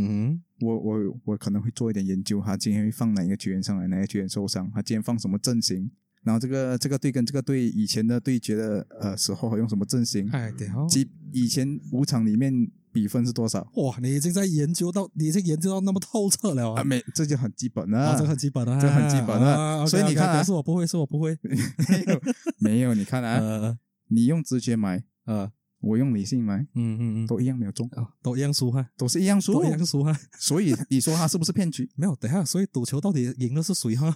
嗯
我我我可能会做一点研究，他今天会放哪一个球员上来，哪一个球员受伤，他今天放什么阵型，然后这个这个队跟这个队以前的对决的呃时候用什么阵型
哼，，哎，对哦。
及以前五场里面比分是多少。
哇，你已经在研究到，你已经研究到那么透彻了
啊，
啊！
没，这就很基本了。
啊，这很基本啊，
这很基本啊
啊
所以你
OK，OK，
看啊
是我不会，是我不会。
没有，没有。你看啊，
呃
你用直觉买，
呃，
我用理性买，
嗯嗯 嗯，
都一样没有中，
啊，都一样输哈，
都是一样输
都一。样输哈。
所以你说他是不是骗局
没有，等一下，所以赌球到底赢的是谁哈？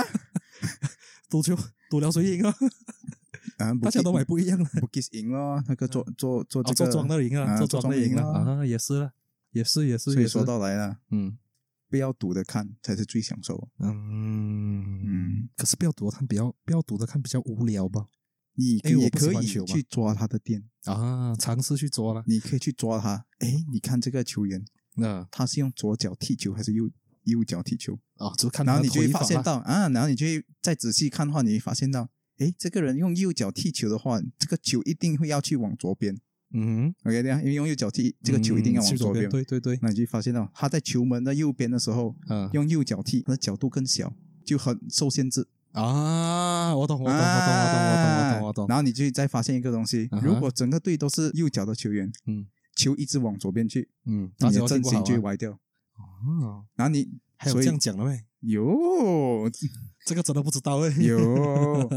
嗯
赌球赌了谁赢啊？
啊，
大家都买不一样了，
不 kiss 赢咯，那个做做做
哦，
这
做
个
庄的赢
啊
啊，做庄的赢了
做庄的
啊，也是了，也是也是，
所以
也是
说，到来了，
嗯
不要赌的看才是最享受。啊
嗯，
嗯，
可是不要赌的看比较，不要赌的看比较无聊吧？
你可
因为
也
我不喜
可
欢
以
球嘛
去抓他的店，
啊，尝试去抓了，
你可以去抓他。哎，你看这个球员，
那
他是用左脚踢球还是右右脚踢球？
啊，就看
然
他
后
的
你就会
腿
发
法
现
啦
到啊，然后你就会再仔细看的话，你会发现到，诶，这个人用右脚踢球的话，这个球一定会要去往左边。
嗯，
OK，对啊，因为用右脚踢，这个球一定
嗯
要往
去
左
左
边。
对对对，
那你就会发现到，他在球门的右边的时候，
嗯
用右脚踢，他的角度更小，就很受限制。
啊，我懂我懂我懂我
啊
懂我懂我懂我懂，
然后你就会再发现一个东西
啊哈，
如果整个队都是右脚的球员，
嗯
球一直往左边去，
嗯，
你
大家
的
都
阵
听过好
型啊就会
啊
歪掉。
啊，
然后你
还有
所以
这样讲的咩？
有
这个真的不知道哎、
有，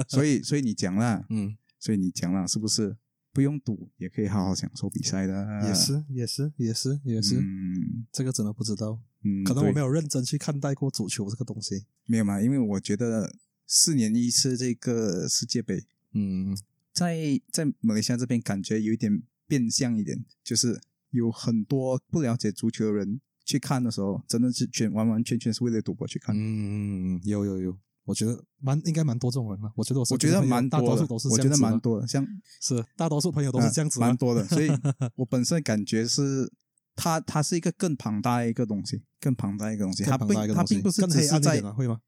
所以所以你讲啦，
嗯，
所以你讲啦，是不是不用赌也可以好好享受比赛的？
也是，也是，也是，也是，
嗯
这个真的不知道，
嗯，
可能我
对
没有认真去看待过足球这个东西。
没有嘛，因为我觉得四年一次这个世界杯，
嗯，
在在马来西亚这边感觉有一点变相一点，就是有很多不了解足球的人去看的时候，真的是全完完全全是为了赌博去看。
嗯，有有有，我觉得蛮应该蛮多这种人了。我觉得我身
我觉
边
得
朋友
蛮
大
多
多
的
数都，是
我
这
觉
样
得
子
蛮
的
多的，像
是大多数朋友都是这样子、
啊蛮。多 的，所以我本身感觉是它它是一个更庞大的一个东西，更庞大的一个东西，
更
它
庞
并
大一个
它
东西
并不是
更
只
黑暗
是
一
在
点了会吗？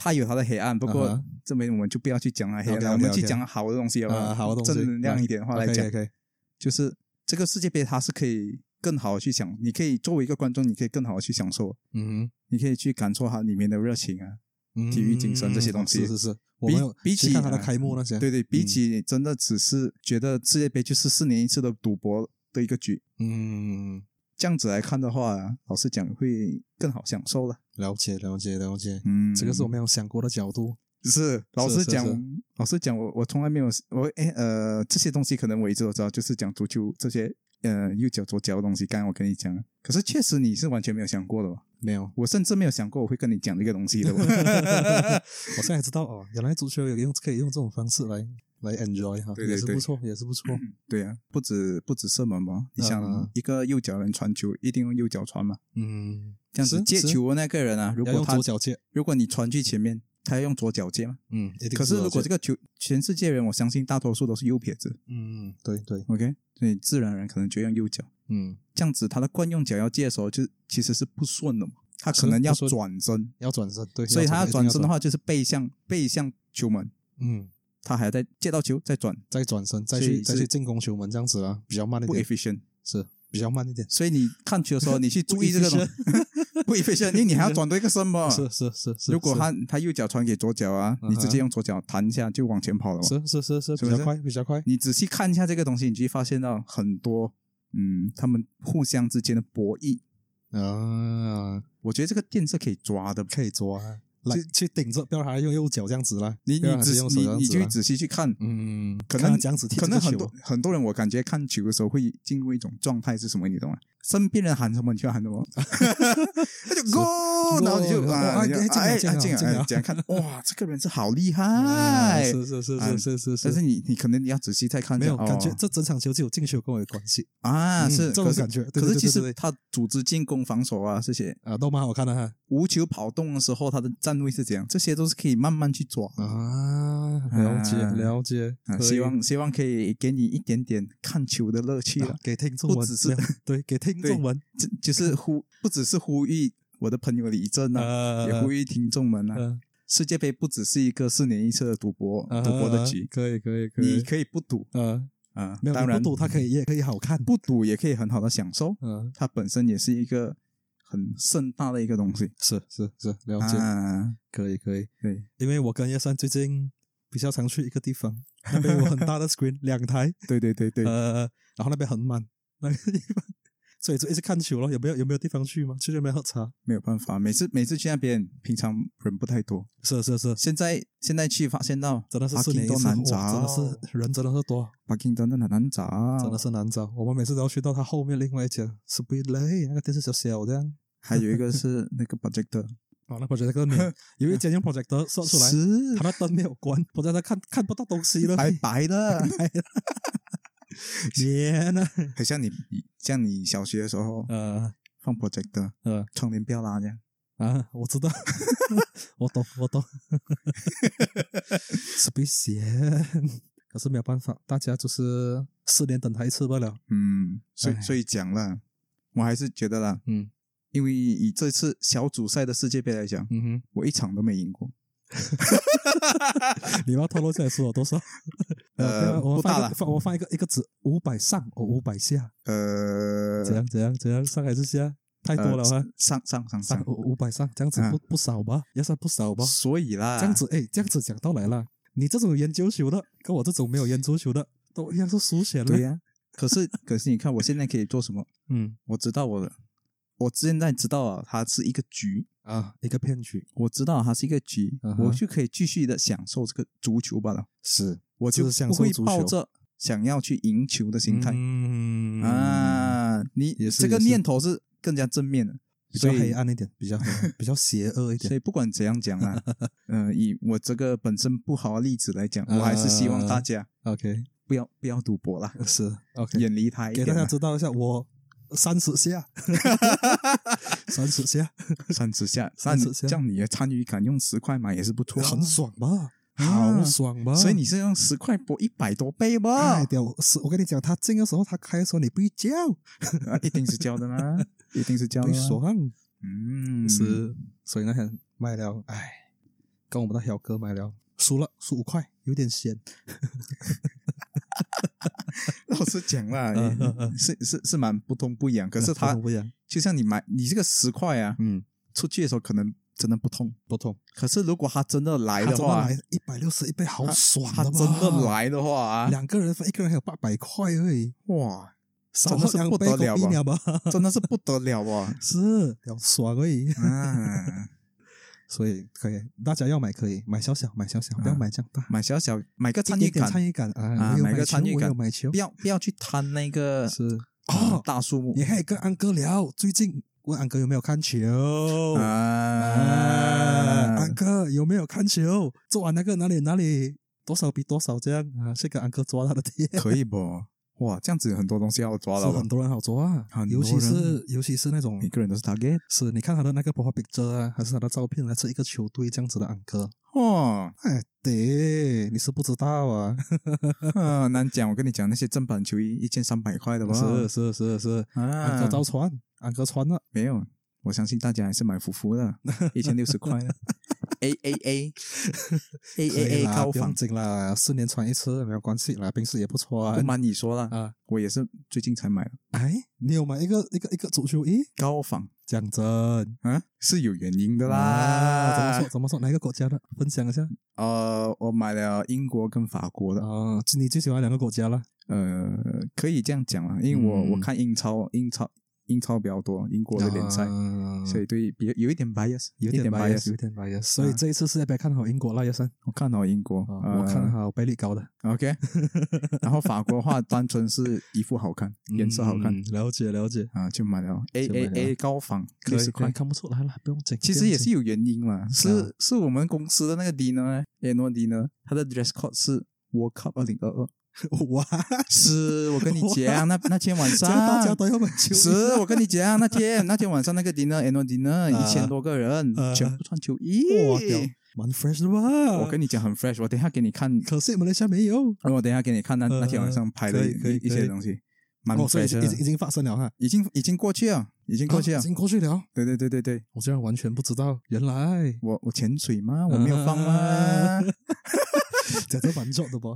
它有它的黑暗，不
啊
过
哈
这边我们就不要去讲它黑暗，
OK，OK，OK
我们去讲好的东西好不好
啊好的东西
正能量一点的话来讲
o，k
就是这个世界杯它是可以更好的去想，你可以作为一个观众，你可以更好的去享受，
嗯
你可以去感受它里面的热情啊，
哼，
体育精神这些东西
是是是。我
比
们有
比
去
起
看他的
啊
开幕那些，
对对，比
嗯
起真的只是觉得世界杯就是四年一次的赌博的一个局，
嗯，
这样子来看的话，老实讲会更好享受了。
了解了解了解，
嗯，
这个是我没有想过的角度。
是老实讲
是是，
老实讲，我我从来没有我哎呃这些东西，可能我一直都知道，就是讲足球这些呃右脚左脚的东西。刚才我跟你讲了，可是确实你是完全没有想过的吧？
没有，
我甚至没有想过我会跟你讲这个东西的。
我现在知道哦，原来足球也用可以用这种方式来来 enjoy 哈，
对对
也是
对
不错，也是不错。
对啊，不止不止射门嘛，
嗯
你想一个右脚人传球，一定用右脚传嘛？
嗯，
这样子
是
接
是
球的那个人啊，如
要
果
用
他
左脚接，
如果你传去前面，他要用左脚接嘛？
嗯，一定
可是
左
如
脚
果这个球，全世界人，我相信大多数都是右撇子
嗯，对对，
，OK，所以自然而然可能就用右脚。
嗯，
这样子他的惯用脚要借的时候，就其实是不顺的嘛，他可能要转身，
要转身，对，
所以他
要
要转身的
话，
话，就是背向背向球门，
嗯，
他还要再接到球再转，
再转身，再
所
去
以
再
是
去进攻球门这样子啦，比较慢一
不
点，
efficient。
是比较慢一点。
所以你看球的时候，你去注意这 个东西 不 efficient，因为你还要转对一个身嘛。
是是是是，
啊如果
是
他他右脚传给左脚啊，
嗯哼
你直接用左脚弹一下就往前跑了嘛。
是是是是
是
比
不
较
是
快，比较快，
你仔细看一下这个东西，你就会发现到很多嗯，他们互相之间的博弈。
啊，
我觉得这个电是可以抓的，
可以抓，来去顶着，不要让他用右脚这样子啦，
你
不要让
你
他
仔
是
细
用手
你
这样子
你
啊
就
啦
会仔细去看，
嗯，
可
看他
能
这样子踢
可
这
能
个
很
球
多很多人，我感觉看球的时候会进入一种状态是什么？你懂吗？身边人喊什么你就喊 什么，他就 go，
Go，
然后你就
然后
啊，
哎
你就
哎进了
哎
进了
进了
进了
哎这 样看，哇，这个人是好厉
啊
害。
是是是
啊
是是是
但
是
是。你你可能你要仔细再看一
没
下，
有感觉
哦，
这整场球只有进球跟我有关系
啊
嗯
是
这种
可是
感觉对
可
对
是
对
其
对
实
对
他组织进攻、防守啊这些，
啊，都蛮好看的哈
无球跑动的时候他的站位是怎样，这些都是可以慢慢去抓的
啊，了解
啊
了解
啊，
可以
希望希望可以给你一点点看球的乐趣
啊
了。
给听众
不
们
只是
了对给听
对
众们
这就是呼，不只是呼吁我的朋友李正啊，
呃
也呼吁听众们啊，
呃
世界杯不只是一个四年一次的赌博、
呃
赌博的局，
可以可以可
你
以
可以不赌
呃
啊，
没有
当
你
然
不赌它可以也可以好看
不赌也可以很好的享受，
嗯
它本身也是一个很盛大的一个东西
是是是了解
啊，
可以可以，
对，
因为我跟叶三最近比较常去一个地方，那边有很大的 screen 两台，
对对对对，
呃，然后那边很满那个地方， 所以就一直看球咯。有没有有没有地方去吗？去那边喝茶？
没有办法，每次每次去那边，平常人不太多，
是是是，
现在现在去发现到
真的是四年
parking
一
都
次，哇
难
真
找，
的是人真的是多，
parking 真的很难找，
真的是难找。我们每次都要去到它后面另外一间 s p r i t l a 那个电视小小这样。
还有一个是那个 projector，
哦，那 projector 面有一间用 projector 算出来，
是
它的灯没有关，projector 看看不到东西了。
白白的，
天呐，
很像你像你小学的时候
呃
放 projector，
呃
窗帘不要拉这样。
啊，我知道， 我懂，我懂， 是被闲，可是没有办法，大家就是四年等他一次罢了。
嗯，所以
哎
所以讲了，我还是觉得啦，
嗯
因为以这次小组赛的世界杯来讲，
嗯
我一场都没赢过。
哼，你要透露这里输了多少？
呃
我
不
放
大
一
啦
个放我放一个一个纸，五百上，我五百下，
呃，
怎样怎样怎样上还是下？太多了
呃
啊，
上上
上
上上，
五五百上，这样子
啊
不不少吧？也算不少吧？
所以啦，
这样子哎，这样子讲到来了，你这种研究球的跟我这种没有研究球的都一样是输血了。
对呀、可是可是你看，我现在可以做什么？
嗯
我知道我的，我现在知道啊，它是一个局，
啊，一个骗局
我知道它是一个局
嗯，哼
我就可以继续的享受这个足球罢了，
是
我就
只享
不
受
会
足
抱
球
着想要去赢球的心态
嗯，
啊。你
也是
这个
也是
念头是更加正面的，
比较
所以
黑暗一点，比较黑暗比较邪恶一
所
点。
以不管怎样 讲啦，嗯，以我这个本身不好的例子来讲，
啊
我还是希望大家
OK，
不要不要赌博 啦，
是 OK，
远离它一
给
点
大家
啦。
知道一下，我三十 下，三十下，
三十下，
三
三
十
十
下
这样你的参与感用十块买也是不错啊，
很爽吧？
啊
好爽吧？
所以你是用十块博一百多倍吧
哎，？屌，是我跟你讲，他进的时候他开的时候你不会叫，
啊一定是交的啦， 一定是交
不
的
会
啦。
爽，
嗯，
是，所以那天卖了，哎，跟我们的小哥买了，输了，输五块，有点咸，
老实讲啦
嗯嗯，嗯
是是是蛮不痛不痒，可是它
不一样，
就像你买你这个十块啊，
嗯，
出去的时候可能真的不痛，
不痛，
可是如果它真的来
他
的
真的
话
来，一百六十一杯，好
他
爽
它
吧
真的，来的话啊，
两个人分，一个人还有八百块而已，
哇，
少
真的是
喝两
不
杯
得了
狗屁
吧
鸟吧？！
真的是不得了啊
是，要爽而已。
啊，
所以可以，大家要买可以买小小，买小小，不要
啊
买这样大。
买小小，买个参
一
与
点点
感，
参与感啊！
啊
我有
买
买
个
球
参与
我有
感
买球
不。要不要去贪那个
是
呃
哦
大数目
你可以跟安哥聊，最近问安哥有没有看球？哦啊，
啊
安哥有没有看球？做完那个哪里哪里多少比多少这样啊？去跟安哥抓他的贴，
可以不？哇，这样子有很多东西要抓
是
了吧
很？多人好抓啊，
很多
尤其
人
是尤其是那种
每个人都是 target
是你看他的那个 profile picture 啊，还是他的照片，还是一个球队这样子的安哥。
哦，
哎，对，你是不知道 啊，
啊难讲。我跟你讲，那些正版球衣一件三百块的吧？
是是是是，安哥
啊，
照穿，安哥啊穿了，
没有，我相信大家还是买福 福的，一千六十块的，A A A
可
A A
以
A
啦
高
不用
仿。
紧啦，四年穿一次没有关系啦，平时也不
不
穿
瞒你说了，
啊。
我也是最近才买的
哎，你有买一个一个一个足球衣？
高仿，
讲真
啊，是有原因的
啊，怎么
啦
说。怎么说？哪一个国家的？分享一下
呃，我买了英国跟法国的，
啊！你最喜欢哪个国家了？
呃，可以这样讲啦，因为我、
嗯
我看英超，英超英超比较多，英国的联赛，
啊
所以对比有一点 bias，
有
点
点 bias，有点 bias。所以
啊
这一次是要不要看好英国那也算？
我看好英国，
啊，我看好贝利高的，
呃 OK，然后法国的话，单纯是衣服好看，颜色好看
嗯，了解了解，
啊，就买了 A
就买
A
了
A 高仿
可
六
以
十
可
块
以，看不出来了，不用紧。
其
不
实
用
也
紧
是有原因啦，
啊
是是我们公司的那个 dinner 呢 a n n dinner，他的 dress code 是 World Cup 二零二二。
哇，
是我跟你 讲，啊那那天晚
这
上
样大家都要买球衣
是我跟你讲，那天那天晚上那个 dinner and dinner
啊
一千多个人
啊，
全部穿球衣。
哇屌，蛮 fresh 的吧？
我跟你讲很 fresh，我等一下给你看，
可惜马来西亚没有，
我等一下给你看那
呃
那天晚上拍的
可以
一
可以
一一
可
些
以
东西，蛮
哦，所以已经
fresh
已经已
的。
经发生了哈，
已经已经过去了，已经过去
啊
了
已。经过去了。
对对对对对，
我竟然完全不知道，原来
我我潜水吗？我没有放
啊
吗？
这这蛮重的 吧？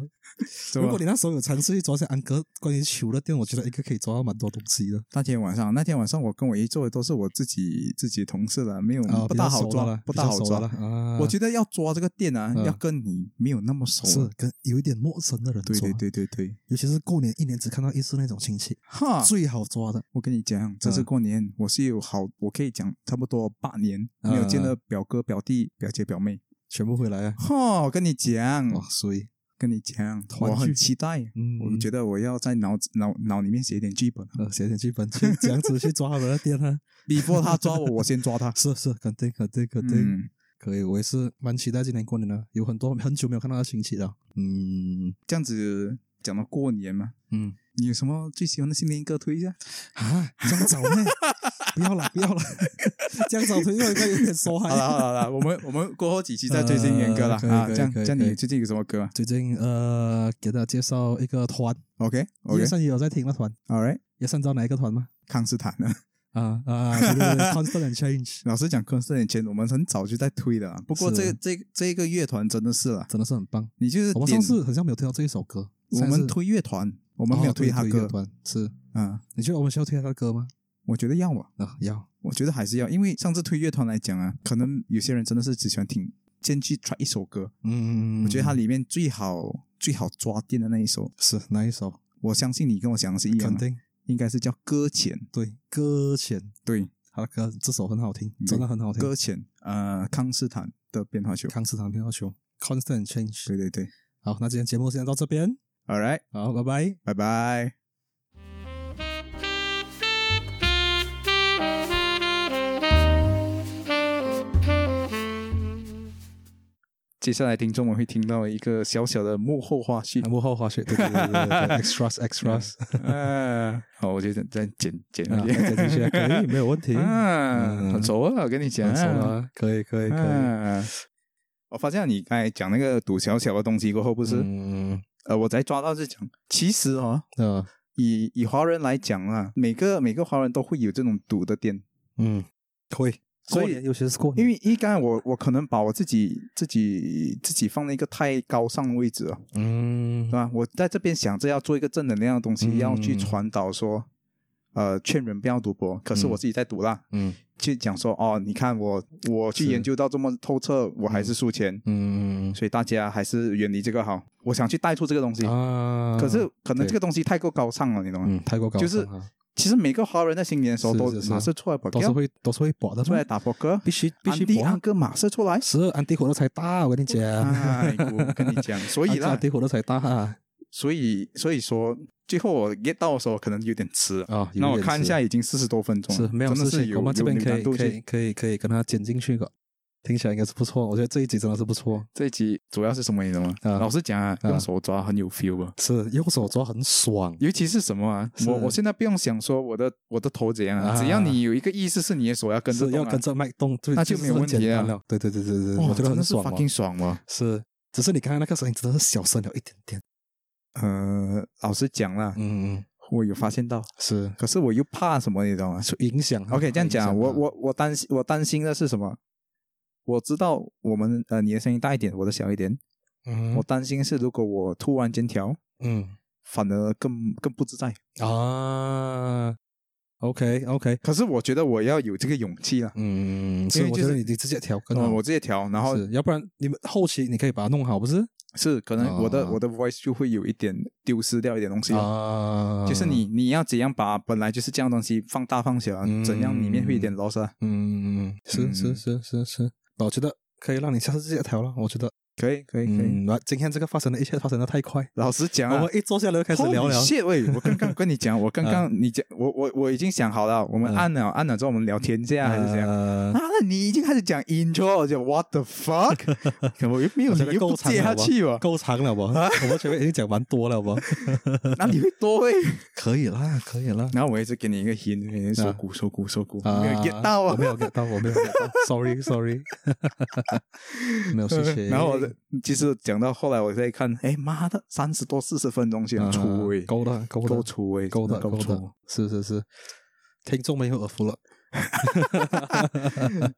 是
如
吧
果你那时候有尝试去抓一下安哥关于球的店，我觉得应该可以抓到蛮多东西的。
那天晚上，那天晚上我跟我一桌的都是我自己自己同事了，没有
啊，
嗯不大好抓
了，，
不大好抓
了。。啊，
我觉得要抓这个店啊
嗯，
要跟你没有那么熟。啊
是跟有一点陌生的人
对
抓
对，对对对，
尤其是过年一年只看到一次那种亲戚，
哈，
最好抓的。
我跟你讲，这次过年我是有好，我可以讲差不多八年
嗯
没有见到表哥、表弟、表姐、表妹。
全部回来啊！
哈，我跟你讲，
哇，所以
跟你讲，
团聚
我很期待。
嗯，
我觉得我要在脑子脑脑里面写一点剧本啊
呃写点剧本去这样子去抓他 们的店啊。。
，before 他抓我，我先抓他
是是，肯定肯定肯定。
嗯，
可以，我也是蛮期待今年过年的，有很多很久没有看到的亲戚了。嗯
这样子讲到过年嘛，
嗯，
你有什么最喜欢的新年歌推一下？
啊，这样早咩？ 不要了，不要了， 这样早推我应该有点受害
好。了好了好 了，我们我们过后几期再推新年歌了
呃可以
啊。
可以
这样
可以
这样，
可以
你最近有什么歌啊
最近呃，给大家介绍一个团，
？OK
叶
OK
三也有在听那团，
All right，
叶三知道哪一个团吗？
康斯坦呢？
啊 啊，对对对，Constant and Change
老实讲，昆士以前我们很早就在推了啊，不过
是
这这这一个乐团真的是啊，
真的是很棒。
你就是
我们
点
上次好像没有推到这一首歌，
我
上一
们
次
推乐团，
我
我们没有
推
他
推乐
歌
团是。
啊，
你觉得我们需要推他的歌吗？
我觉得要啊，
啊，要
我觉得还是要，因为上次推乐团来讲啊，可能有些人真的是只喜欢听先去 try 一首歌，
嗯
我觉得它里面最好最好抓电的那一首，
是哪一首？
我相信你跟我想的是一样
肯
的，
定
应该是叫《搁浅》，
对，搁浅。
对，
他的歌这首很好听，
对
真的很好听。
搁浅呃康斯坦的变化球。
康斯坦乒乓球，Constant Change。
对对对
好，那今天节目先到这边，
，All right，
好，拜拜。
拜拜。接下来，听众们会听到一个小小的幕后花絮。
幕后花絮，对对对对 对，extras extras，
嗯，好，我就再剪剪
啊，
回去，
再进 去可以，没有问题，
嗯，
嗯
很熟了，我跟你讲，
很熟了，可以可以可以，
嗯，我发现你刚才讲那个赌小小的东西过后，不是、
嗯，
呃，我才抓到是讲，其实哦，
呃，
以以华人来讲啊，每个每个华人都会有这种赌的店，
嗯，可以。
所以
过年尤其是过年，
因为因为刚才我我可能把我自己自己自己放在一个太高尚的位置了，
嗯
对吧？我在这边想着要做一个正能量的东西，
嗯
要去传导说，呃，劝人不要赌博，可是我自己在赌啦。
嗯
去讲说哦，你看我我去
是
研究到这么透彻，我还是输钱，
嗯
所以大家还是远离这个好。我想去带出这个东西，
啊，
可是可能
对
这个东西太过高尚了，你懂吗？
嗯，太过高
就
尚
是
啊
其实每个华人在新年的时候
是
都
是是
马是出来博
都
哥
是，会都是会搏的，
出来打博哥，
必须必须啊
安迪
搏啊
安，哥马是出来。
是安迪火都才大，我跟你讲，
哎，我跟你 讲，所以啦
安，迪火都才大啊，
所以所以说，最后我 get 到的时候可能有点迟了。
啊有
那我
点
看一
迟
下，已经四十多分钟了，
是没有
真
事
的是
情，
有
我们这
有
边
敏
可
感
以
度
可
去
以可以可以跟他剪进去的，听起来应该是不错，我觉得这一集真的是不错，
这一集主要是什么？你知道吗？
啊
老实讲啊，
啊
用手抓很有 feel 啊。
是右手抓很爽，
尤其是什么啊？
是
我我现在不用想说我的我的头怎样啊，
啊
只要你有一个意识是你的手要跟着
是
动啊
要跟着脉动，对，
那就没有问题啊
是很简单了，对对对对对，
哇
我觉得
真的
很
是
爽嘛，啊
fucking 爽哦。
是，只是你刚刚那个声音真的是小声了一点点，
呃，老实讲啦，
嗯，嗯
我有发现到，
是
可是我又怕什么，你知道吗
是影响啊
？OK，这样讲，
影响
我
啊
我我担心，我担心的是什么？我知道我们呃，你的声音大一点，我的小一点。
嗯
我担心是如果我突然间调，
嗯
反而更更不自在。
啊，OK OK，
可是我觉得我要有这个勇气啊，
嗯，
因
所
为
以我
就
觉得
是
你你直接调更好，
嗯，我直接调，然后
是，要不然你们后期你可以把它弄好，不是
是可能我的
啊
我的 voice 就会有一点丢失掉一点东西了。
啊？
就是你，你要怎样把本来就是这样的东西放大放小啊，
嗯
怎样里面会有点 loss 啊？
嗯，是是是是是，我觉得可以让你下次自己调了。我觉得，
可以，可以，可以。
嗯，那今天这个发生的一切发生的太快，
老实讲
我
啊，
们一坐下来就开始聊聊。
谢喂，我刚刚跟你讲，我刚刚你讲，我我我已经想好了，我们
嗯
按了按了之后，我们聊天这样还是这样。
呃
啊，那你已经开始讲 intro，我就 what the fuck，可我又没有
我觉
理
得
由
够
不
长
接下
了吧
去吧？
够长了吧？
啊
我们前面已经讲蛮多了吧？
那你会多会？
可以啦，可以啦。
然后我一直给你一个 hint，手鼓手鼓手鼓，
啊
没有 get 到
我
啊
没。有 get 到，我没有 get 到，sorry sorry，没有事情。
然后我的其实讲到后来，我再看，哎妈的，三十多四十分钟先
啊
出位，
够了，够
够
了，
出位，
够
真
的，
的够
够
出。
的，是是是，听众们有耳福了。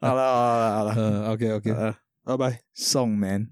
好了好了好了，
呃，OK OK，
呃，
拜拜。
送 man。